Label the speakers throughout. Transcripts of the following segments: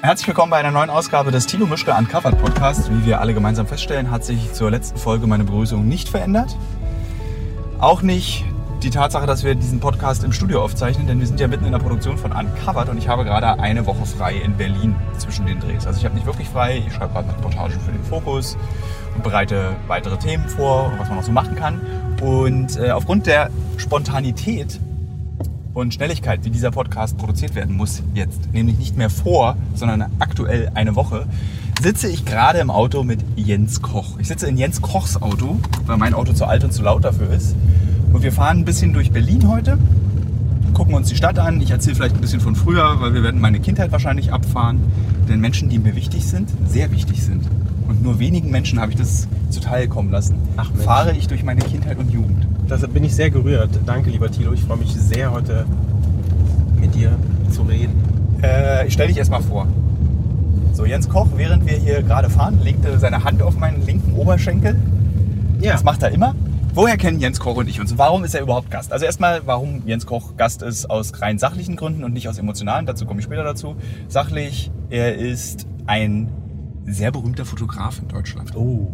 Speaker 1: Herzlich willkommen bei einer neuen Ausgabe des Tino Mischke Uncovered Podcast. Wie wir alle gemeinsam feststellen, hat sich zur letzten Folge meine Begrüßung nicht verändert. Auch nicht die Tatsache, dass wir diesen Podcast im Studio aufzeichnen, denn wir sind ja mitten in der Produktion von Uncovered und ich habe gerade eine Woche frei in Berlin zwischen den Drehs. Also ich habe nicht wirklich frei, ich schreibe gerade eine Reportage für den Fokus und bereite weitere Themen vor, was man noch so machen kann. Und äh, aufgrund der Spontanität und Schnelligkeit, wie dieser Podcast produziert werden muss jetzt, nämlich nicht mehr vor, sondern aktuell eine Woche, sitze ich gerade im Auto mit Jens Koch. Ich sitze in Jens Kochs Auto, weil mein Auto zu alt und zu laut dafür ist. Und wir fahren ein bisschen durch Berlin heute, gucken uns die Stadt an. Ich erzähle vielleicht ein bisschen von früher, weil wir werden meine Kindheit wahrscheinlich abfahren. Denn Menschen, die mir wichtig sind, sehr wichtig sind. Und nur wenigen Menschen habe ich das zuteil kommen lassen.
Speaker 2: Ach, Mensch.
Speaker 1: fahre ich durch meine Kindheit und Jugend.
Speaker 2: Das bin ich sehr gerührt. Danke, lieber Thilo. Ich freue mich sehr, heute mit dir zu reden.
Speaker 1: Äh, ich stelle dich erstmal vor. So, Jens Koch, während wir hier gerade fahren, legte seine Hand auf meinen linken Oberschenkel.
Speaker 2: Ja,
Speaker 1: Das macht er immer. Woher kennen Jens Koch und ich uns? Und Warum ist er überhaupt Gast? Also erstmal, warum Jens Koch Gast ist aus rein sachlichen Gründen und nicht aus emotionalen. Dazu komme ich später dazu. Sachlich, er ist ein sehr berühmter Fotograf in Deutschland.
Speaker 2: Oh.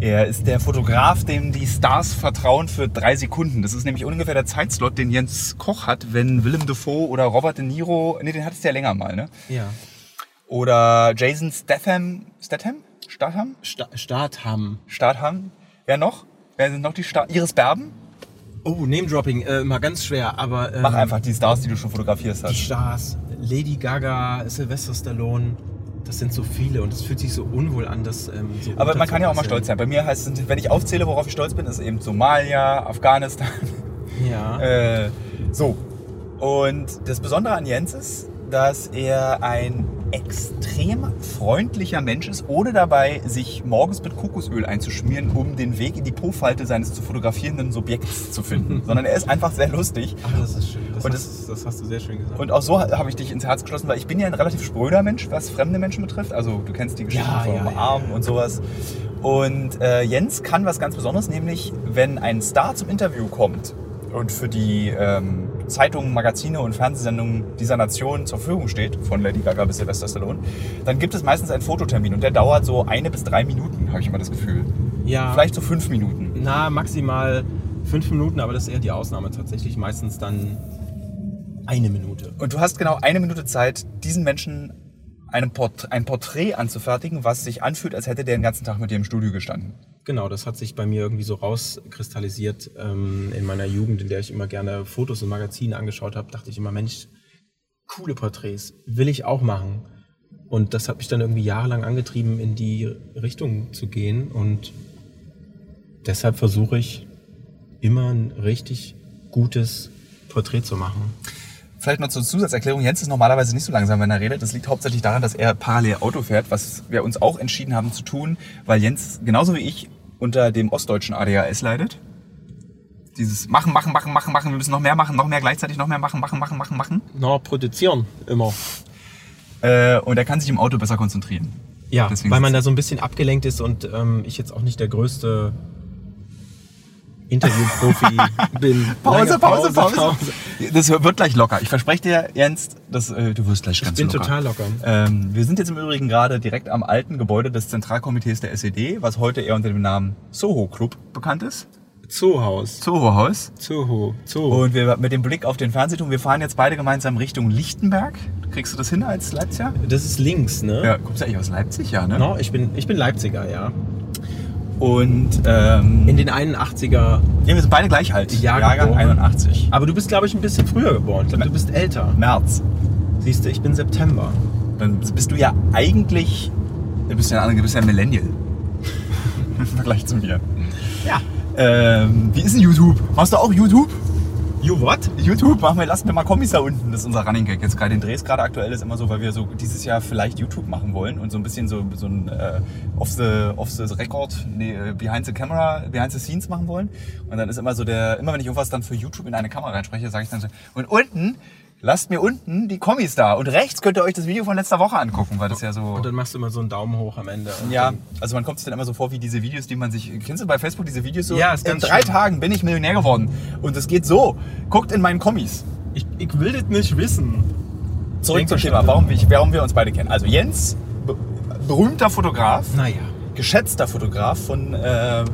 Speaker 1: Er ist der Fotograf, dem die Stars vertrauen für drei Sekunden. Das ist nämlich ungefähr der Zeitslot, den Jens Koch hat, wenn Willem Dafoe oder Robert De Niro, nee, den hattest du ja länger mal, ne?
Speaker 2: Ja.
Speaker 1: Oder Jason Statham, Statham? Statham?
Speaker 2: Sta Startham.
Speaker 1: Statham? Wer noch? Wer sind noch die Stars? Iris Berben?
Speaker 2: Oh, Name-Dropping. Äh, immer ganz schwer, aber... ähm,
Speaker 1: Mach einfach die Stars, die du schon fotografiert
Speaker 2: Die
Speaker 1: hast.
Speaker 2: Stars. Lady Gaga, Sylvester Stallone. Das sind so viele und es fühlt sich so unwohl an, dass... Ähm, so
Speaker 1: Aber man kann ja auch mal stolz
Speaker 2: unterzubasteln.
Speaker 1: sein. Bei mir heißt es, wenn ich aufzähle, worauf ich stolz bin, ist eben Somalia, Afghanistan.
Speaker 2: Ja.
Speaker 1: Äh, so. Und das Besondere an Jens ist, dass er ein extrem freundlicher Mensch ist, ohne dabei sich morgens mit Kokosöl einzuschmieren, um den Weg in die Pofalte seines zu fotografierenden Subjekts zu finden. Sondern er ist einfach sehr lustig
Speaker 2: Ach, das ist schön. Das,
Speaker 1: und
Speaker 2: hast, das hast du sehr schön gesagt.
Speaker 1: Und auch so habe ich dich ins Herz geschlossen, weil ich bin ja ein relativ spröder Mensch, was fremde Menschen betrifft. Also du kennst die Geschichten
Speaker 2: Ja,
Speaker 1: vom
Speaker 2: ja, ja,
Speaker 1: Arm
Speaker 2: ja.
Speaker 1: und sowas. Und äh, Jens kann was ganz Besonderes, nämlich wenn ein Star zum Interview kommt und für die ähm, Zeitungen, Magazine und Fernsehsendungen dieser Nation zur Verfügung steht, von Lady Gaga bis Sylvester Stallone, dann gibt es meistens einen Fototermin und der dauert so eine bis drei Minuten, habe ich immer das Gefühl.
Speaker 2: ja.
Speaker 1: Vielleicht so fünf Minuten.
Speaker 2: Na, maximal fünf Minuten, aber das ist eher die Ausnahme tatsächlich. Meistens dann eine Minute.
Speaker 1: Und du hast genau eine Minute Zeit, diesen Menschen einem Port ein Porträt anzufertigen, was sich anfühlt, als hätte der den ganzen Tag mit dir im Studio gestanden.
Speaker 2: Genau, das hat sich bei mir irgendwie so rauskristallisiert ähm, in meiner Jugend, in der ich immer gerne Fotos und Magazine angeschaut habe. Dachte ich immer, Mensch, coole Porträts, will ich auch machen. Und das hat mich dann irgendwie jahrelang angetrieben, in die Richtung zu gehen. Und deshalb versuche ich immer ein richtig gutes Porträt zu machen.
Speaker 1: Vielleicht noch zur Zusatzerklärung. Jens ist normalerweise nicht so langsam, wenn er redet. Das liegt hauptsächlich daran, dass er parallel Auto fährt, was wir uns auch entschieden haben zu tun, weil Jens genauso wie ich unter dem ostdeutschen ADHS leidet. Dieses Machen, Machen, Machen, Machen, Machen. Wir müssen noch mehr machen, noch mehr gleichzeitig, noch mehr machen, machen, machen, machen, machen.
Speaker 2: Na, produzieren immer.
Speaker 1: Äh, Und er kann sich im Auto besser konzentrieren.
Speaker 2: Ja,
Speaker 1: Deswegen
Speaker 2: weil man
Speaker 1: sitzt-
Speaker 2: da so ein bisschen abgelenkt ist und ähm, ich jetzt auch nicht der größte Interviewprofi bin. Lange
Speaker 1: Das wird gleich locker. Ich verspreche dir, Jens, dass, äh, du wirst gleich
Speaker 2: Ich
Speaker 1: ganz
Speaker 2: bin
Speaker 1: locker.
Speaker 2: total locker.
Speaker 1: Ähm, wir sind jetzt im Übrigen gerade direkt am alten Gebäude des Zentralkomitees der SED, was heute eher unter dem Namen Soho Club bekannt ist.
Speaker 2: Zoohaus.
Speaker 1: Soho Haus.
Speaker 2: Zoho. Zoo.
Speaker 1: Und wir mit dem Blick auf den Fernsehturm, wir fahren jetzt beide gemeinsam Richtung Lichtenberg. Kriegst du das hin als Leipziger?
Speaker 2: Das ist links, ne?
Speaker 1: Ja, kommst du eigentlich aus Leipzig, ja, ne?
Speaker 2: No, ich, bin, ich bin Leipziger, ja.
Speaker 1: Und ähm,
Speaker 2: In den 81er.
Speaker 1: ja, wir sind beide gleich alt.
Speaker 2: Jahrgang
Speaker 1: Jahrgang 81.
Speaker 2: Aber du bist, glaube ich, ein bisschen früher geboren. Ich glaube, du bist älter.
Speaker 1: März.
Speaker 2: Siehst du, ich bin September.
Speaker 1: Dann bist du ja eigentlich, du bist ja ein, anderer- du bist ja ein Millennial. Im Vergleich zu mir.
Speaker 2: Ja.
Speaker 1: Ähm, wie ist denn YouTube? Machst du auch YouTube?
Speaker 2: You what?
Speaker 1: YouTube, machen wir, lassen wir mal Kombis da unten. Das ist unser Running Gag. Jetzt gerade in Drehs gerade aktuell ist immer so, weil wir so dieses Jahr vielleicht YouTube machen wollen und so ein bisschen so, so ein äh, off, the, off the Record, nee, äh, behind the camera, behind the scenes machen wollen. Und dann ist immer so der, immer wenn ich irgendwas dann für YouTube in eine Kamera reinspreche, sage ich dann so, und unten, lasst mir unten die Kombis da. Und rechts könnt ihr euch das Video von letzter Woche angucken, weil das ja so.
Speaker 2: Und dann machst du immer so einen Daumen hoch am Ende. Und
Speaker 1: Ja,
Speaker 2: dann-
Speaker 1: also man kommt sich dann immer so vor wie diese Videos, die man sich. Kennst du bei Facebook diese Videos so?
Speaker 2: Ja, ist
Speaker 1: in
Speaker 2: ganz
Speaker 1: drei
Speaker 2: schlimm.
Speaker 1: Tagen bin ich Millionär geworden. Und es geht so. Guckt in meinen Kommis.
Speaker 2: Ich, ich will das nicht wissen.
Speaker 1: Zurück zum
Speaker 2: Denkverstörer.
Speaker 1: Thema, warum, wir- warum wir uns beide kennen. Also Jens, be berühmter Fotograf,
Speaker 2: Naja.
Speaker 1: geschätzter Fotograf von äh,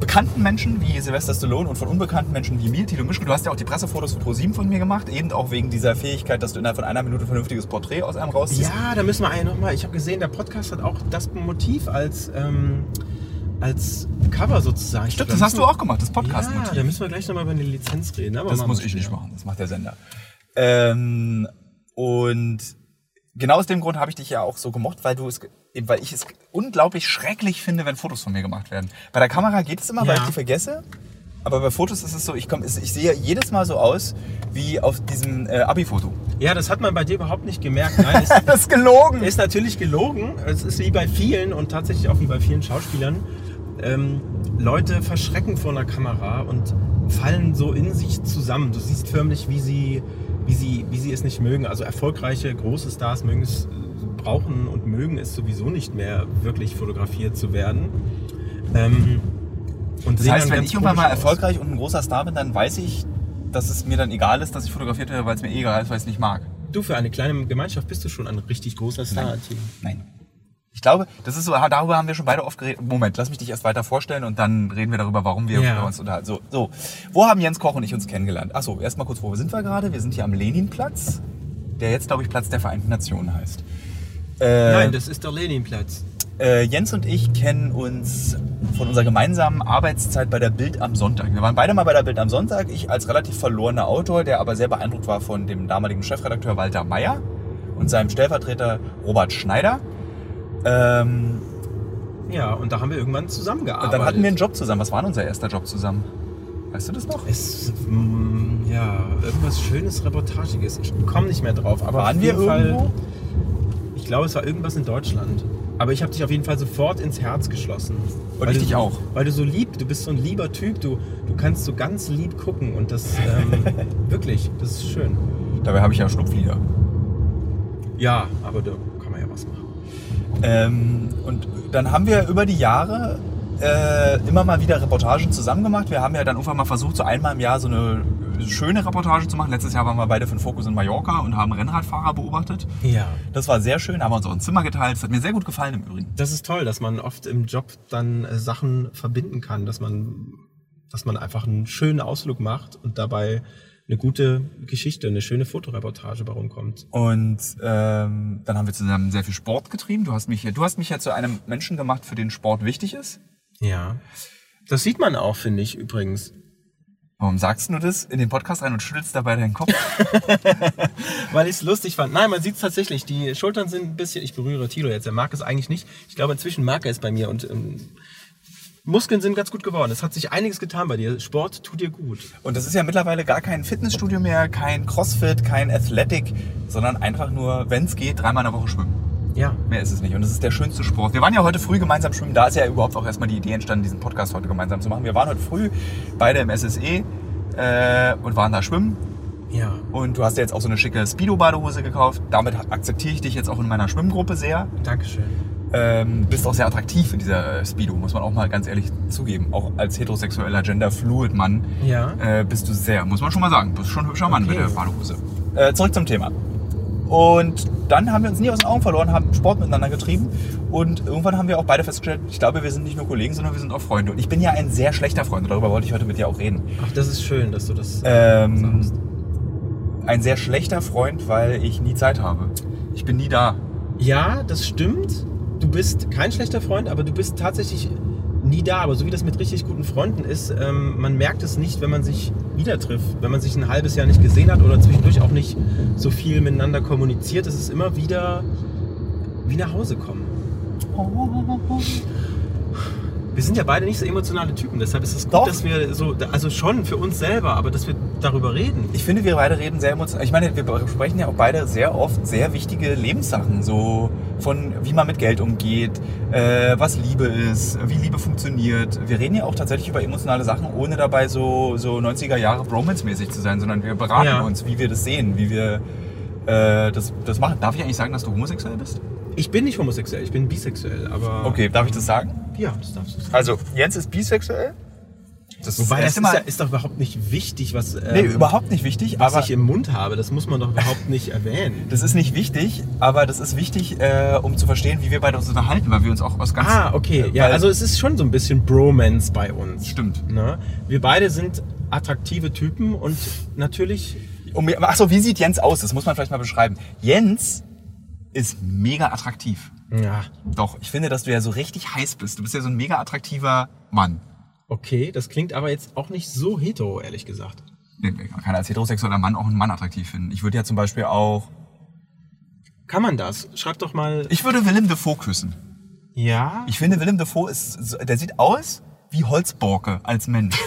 Speaker 1: bekannten Menschen wie Sylvester Stallone und von unbekannten Menschen wie mir, Tilo Mischke. Du hast ja auch die Pressefotos für ProSieben von mir gemacht, eben auch wegen dieser Fähigkeit, dass du innerhalb von einer Minute ein vernünftiges Porträt aus einem rausziehst.
Speaker 2: Ja, da müssen wir eigentlich nochmal. Ich habe gesehen, der Podcast hat auch das Motiv als, ähm, als Cover sozusagen.
Speaker 1: Stimmt, das hast du auch gemacht, das Podcast-Motiv.
Speaker 2: Ja, da müssen wir gleich nochmal über eine Lizenz reden. ne? Aber
Speaker 1: Das
Speaker 2: machen
Speaker 1: muss
Speaker 2: wir
Speaker 1: ich nicht
Speaker 2: später.
Speaker 1: machen, das macht der Sender. Ähm, und genau aus dem Grund habe ich dich ja auch so gemocht, weil du es, eben weil ich es unglaublich schrecklich finde, wenn Fotos von mir gemacht werden. Bei der Kamera geht es immer, weil ich
Speaker 2: Ja.
Speaker 1: die vergesse. Aber bei Fotos ist es so, ich, komm, es- ich sehe jedes Mal so aus wie auf diesem äh, Abi-Foto.
Speaker 2: Ja, das hat man bei dir überhaupt nicht gemerkt. Nein, es
Speaker 1: Das ist gelogen!
Speaker 2: ist natürlich gelogen. Es ist wie bei vielen und tatsächlich auch wie bei vielen Schauspielern. Ähm, Leute verschrecken vor einer Kamera und fallen so in sich zusammen. Du siehst förmlich, wie sie, wie sie, wie sie es nicht mögen. Also erfolgreiche große Stars mögen es, äh, brauchen und mögen es sowieso nicht mehr wirklich fotografiert zu werden. Ähm, und
Speaker 1: das heißt, wenn ich irgendwann mal erfolgreich und ein großer Star bin, dann weiß ich, dass es mir dann egal ist, dass ich fotografiert werde, weil es mir eh egal ist, weil ich es nicht mag.
Speaker 2: Du für eine kleine Gemeinschaft bist du schon ein richtig großer Star. Team.
Speaker 1: Nein. Ich glaube, das ist so, ah, darüber haben wir schon beide oft geredet. Moment, lass mich dich erst weiter vorstellen und dann reden wir darüber, warum wir
Speaker 2: Ja.
Speaker 1: über uns unterhalten. So, so, wo haben Jens Koch und ich uns kennengelernt? Achso, erstmal kurz, wo sind wir gerade? Wir sind hier am Leninplatz, der jetzt, glaube ich, Platz der Vereinten Nationen heißt. Äh,
Speaker 2: Nein, das ist der Leninplatz.
Speaker 1: äh, Jens und ich kennen uns von unserer gemeinsamen Arbeitszeit bei der Bild am Sonntag. Wir waren beide mal bei der Bild am Sonntag. Ich als relativ verlorener Autor, der aber sehr beeindruckt war von dem damaligen Chefredakteur Walter Mayer und seinem Stellvertreter Robert Schneider. Ähm,
Speaker 2: Ja, und da haben wir irgendwann zusammengearbeitet.
Speaker 1: und dann hatten wir einen Job zusammen. Was war denn unser erster Job zusammen? Weißt du das noch?
Speaker 2: Es, mm, ja, irgendwas Schönes, Reportagiges. Ich komme nicht mehr drauf. Aber
Speaker 1: Waren
Speaker 2: auf
Speaker 1: wir
Speaker 2: jeden Fall,
Speaker 1: irgendwo?
Speaker 2: Ich glaube, es war irgendwas in Deutschland. Aber ich habe dich auf jeden Fall sofort ins Herz geschlossen.
Speaker 1: Und
Speaker 2: Weil
Speaker 1: ich
Speaker 2: du,
Speaker 1: dich auch.
Speaker 2: Weil du so lieb, du bist so ein lieber Typ. Du, du kannst so ganz lieb gucken. Und das, ähm, wirklich, das ist schön.
Speaker 1: Dabei habe ich ja Schlupflieder.
Speaker 2: Ja, aber da kann man ja was machen.
Speaker 1: Ähm, und dann haben wir über die Jahre äh, immer mal wieder Reportagen zusammen gemacht. Wir haben ja dann irgendwann mal versucht, so einmal im Jahr so eine schöne Reportage zu machen. Letztes Jahr waren wir beide für den Fokus in Mallorca und haben Rennradfahrer beobachtet.
Speaker 2: Ja.
Speaker 1: Das war sehr schön, haben uns auch ein Zimmer geteilt. Das hat mir sehr gut gefallen im Übrigen.
Speaker 2: Das ist toll, dass man oft im Job dann äh, Sachen verbinden kann, dass man, dass man einfach einen schönen Ausflug macht und dabei eine gute Geschichte, eine schöne Fotoreportage bei rumkommt.
Speaker 1: Und ähm, dann haben wir zusammen sehr viel Sport getrieben. Du hast mich, ja- du hast mich ja zu einem Menschen gemacht, für den Sport wichtig ist.
Speaker 2: Ja. Das sieht man auch, finde ich übrigens.
Speaker 1: Warum sagst du das in den Podcast rein und schüttelst dabei deinen Kopf?
Speaker 2: Weil ich es lustig fand. Nein, man sieht es tatsächlich. Die Schultern sind ein bisschen. Ich berühre Thilo jetzt. Er mag es eigentlich nicht. Ich glaube, inzwischen mag er es bei mir. Und ähm, Muskeln sind ganz gut geworden. Es hat sich einiges getan bei dir. Sport tut dir gut.
Speaker 1: Und das ist ja mittlerweile gar kein Fitnessstudio mehr, kein Crossfit, kein Athletic, sondern einfach nur, wenn es geht, dreimal in der Woche schwimmen.
Speaker 2: Ja.
Speaker 1: Mehr ist es nicht. Und das ist der schönste Sport. Wir waren ja heute früh gemeinsam schwimmen. Da ist ja überhaupt auch erstmal die Idee entstanden, diesen Podcast heute gemeinsam zu machen. Wir waren heute früh beide im SSE E, äh, und waren da schwimmen.
Speaker 2: Ja.
Speaker 1: Und du hast ja jetzt auch so eine schicke Speedo-Badehose gekauft. Damit akzeptiere ich dich jetzt auch in meiner Schwimmgruppe sehr.
Speaker 2: Dankeschön.
Speaker 1: Ähm, bist auch sehr attraktiv in dieser äh, Speedo, muss man auch mal ganz ehrlich zugeben. Auch als heterosexueller Gender-Fluid-Mann
Speaker 2: Ja.
Speaker 1: äh, bist du sehr, muss man schon mal sagen, bist schon ein hübscher Mann
Speaker 2: Okay.
Speaker 1: mit der Badehose. Äh, zurück zum Thema. Und dann haben wir uns nie aus den Augen verloren, haben Sport miteinander getrieben und irgendwann haben wir auch beide festgestellt, ich glaube, wir sind nicht nur Kollegen, sondern wir sind auch Freunde. Und ich bin ja ein sehr schlechter Freund, und darüber wollte ich heute mit dir auch reden.
Speaker 2: Ach, das ist schön, dass du das. äh,
Speaker 1: Ähm, ein sehr schlechter Freund, weil ich nie Zeit habe. Ich bin nie da.
Speaker 2: Ja, das stimmt. Du bist kein schlechter Freund, aber du bist tatsächlich nie da. Aber so wie das mit richtig guten Freunden ist, ähm, man merkt es nicht, wenn man sich wieder trifft. Wenn man sich ein halbes Jahr nicht gesehen hat oder zwischendurch auch nicht so viel miteinander kommuniziert, es ist immer wieder wie nach Hause kommen.
Speaker 1: Oh.
Speaker 2: Wir sind ja beide nicht so emotionale Typen, deshalb ist es gut,
Speaker 1: Doch.
Speaker 2: dass wir so, also schon für uns selber, aber dass wir darüber reden.
Speaker 1: Ich finde, wir beide reden sehr emotional. Ich meine, wir besprechen ja auch beide sehr oft sehr wichtige Lebenssachen, so von wie man mit Geld umgeht, äh, was Liebe ist, wie Liebe funktioniert. Wir reden ja auch tatsächlich über emotionale Sachen, ohne dabei so, so 90er Jahre Bromance-mäßig zu sein, sondern wir beraten
Speaker 2: Ja.
Speaker 1: uns, wie wir das sehen, wie wir äh, das, das machen. Darf ich eigentlich sagen, dass du homosexuell bist?
Speaker 2: Ich bin nicht homosexuell, ich bin bisexuell, aber
Speaker 1: Okay, darf ich das sagen?
Speaker 2: ja, das darfst du.
Speaker 1: Also, Jens ist bisexuell. Das,
Speaker 2: Wobei, das,
Speaker 1: ist immer,
Speaker 2: ist, ja, ist doch überhaupt nicht wichtig, was,
Speaker 1: nee,
Speaker 2: ähm,
Speaker 1: überhaupt nicht wichtig,
Speaker 2: was
Speaker 1: aber
Speaker 2: ich im Mund habe. Das muss man doch überhaupt nicht erwähnen.
Speaker 1: das ist nicht wichtig, aber das ist wichtig, äh, um zu verstehen, wie wir beide uns unterhalten, weil wir uns auch aus ganz
Speaker 2: Ah, okay.
Speaker 1: Äh,
Speaker 2: Ja,
Speaker 1: weil-
Speaker 2: also es ist schon so ein bisschen Bromance bei uns.
Speaker 1: stimmt.
Speaker 2: Ne? Wir beide sind attraktive Typen und natürlich
Speaker 1: Um, achso, wie sieht Jens aus? Das muss man vielleicht mal beschreiben. Jens ist mega attraktiv.
Speaker 2: ja,
Speaker 1: Doch, ich finde, dass du ja so richtig heiß bist. Du bist ja so ein mega attraktiver Mann.
Speaker 2: Okay, das klingt aber jetzt auch nicht so hetero, ehrlich gesagt.
Speaker 1: Man kann als heterosexueller Mann auch einen Mann attraktiv finden. Ich würde ja zum Beispiel auch.
Speaker 2: Kann man das? Schreib doch mal.
Speaker 1: Ich würde Willem Dafoe küssen.
Speaker 2: Ja.
Speaker 1: Ich finde, Willem Dafoe ist, so- der sieht aus wie Holzborke als Mensch.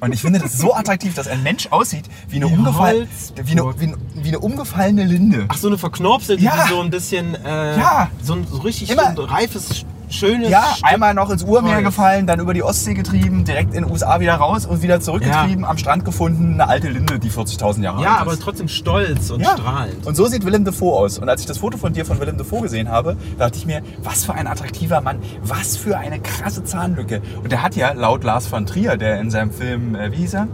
Speaker 1: Und ich finde das so attraktiv, dass ein Mensch aussieht wie eine,
Speaker 2: Wie
Speaker 1: umgefall
Speaker 2: Holzborke.
Speaker 1: wie eine, wie eine, wie eine umgefallene Linde.
Speaker 2: Ach, so eine verknörpelte,
Speaker 1: Ja.
Speaker 2: die so ein bisschen. Äh,
Speaker 1: Ja.
Speaker 2: So ein so richtig
Speaker 1: Immer-
Speaker 2: so ein reifes, sch- schönes.
Speaker 1: Ja,
Speaker 2: Stück-
Speaker 1: einmal noch ins Urmeer
Speaker 2: Holz.
Speaker 1: gefallen, dann über die Ostsee getrieben, direkt in den USA wieder raus und wieder zurückgetrieben, am Strand gefunden, eine alte Linde, die 40.000 Jahre
Speaker 2: Ja,
Speaker 1: alt
Speaker 2: aber
Speaker 1: ist.
Speaker 2: trotzdem stolz und strahlend.
Speaker 1: Und so sieht Willem Dafoe aus. Und als ich das Foto von dir von Willem Dafoe gesehen habe, dachte ich mir, was für ein attraktiver Mann, was für eine krasse Zahnlücke. Und der hat ja laut Lars von Trier, der in seinem Film, äh, wie hieß er?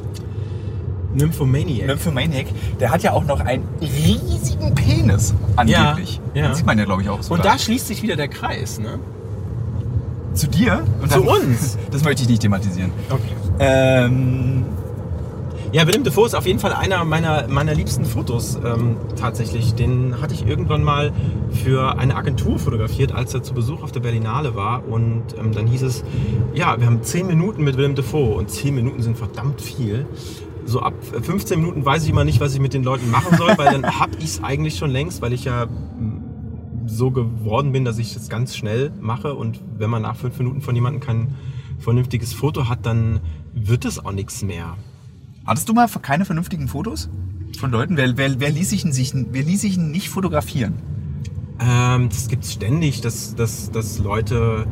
Speaker 2: Nymphomaniac.
Speaker 1: Ne, Nymphomaniac, der hat ja auch noch einen riesigen Penis angeblich.
Speaker 2: Ja, ja.
Speaker 1: Den sieht man ja, glaube ich, auch so.
Speaker 2: und da schließt sich wieder der Kreis, ne?
Speaker 1: zu dir und
Speaker 2: Zu uns.
Speaker 1: Das möchte ich nicht thematisieren.
Speaker 2: Okay.
Speaker 1: Ähm,
Speaker 2: Ja, Willem Dafoe ist auf jeden Fall einer meiner, meiner liebsten Fotos ähm, tatsächlich. Den hatte ich irgendwann mal für eine Agentur fotografiert, als er zu Besuch auf der Berlinale war. Und ähm, dann hieß es, ja, wir haben 10 Minuten mit Willem Dafoe. Und 10 Minuten sind verdammt viel. So ab 15 Minuten weiß ich immer nicht, was ich mit den Leuten machen soll, weil dann hab ich's eigentlich schon längst, weil ich ja so geworden bin, dass ich das ganz schnell mache. Und wenn man nach fünf Minuten von jemandem kein vernünftiges Foto hat, dann wird es auch nichts mehr.
Speaker 1: hattest du mal keine vernünftigen Fotos von Leuten? Wer, wer, wer, ließ, sich denn, sich, wer ließ sich denn nicht fotografieren?
Speaker 2: Ähm, das gibt's ständig, dass, dass, dass Leute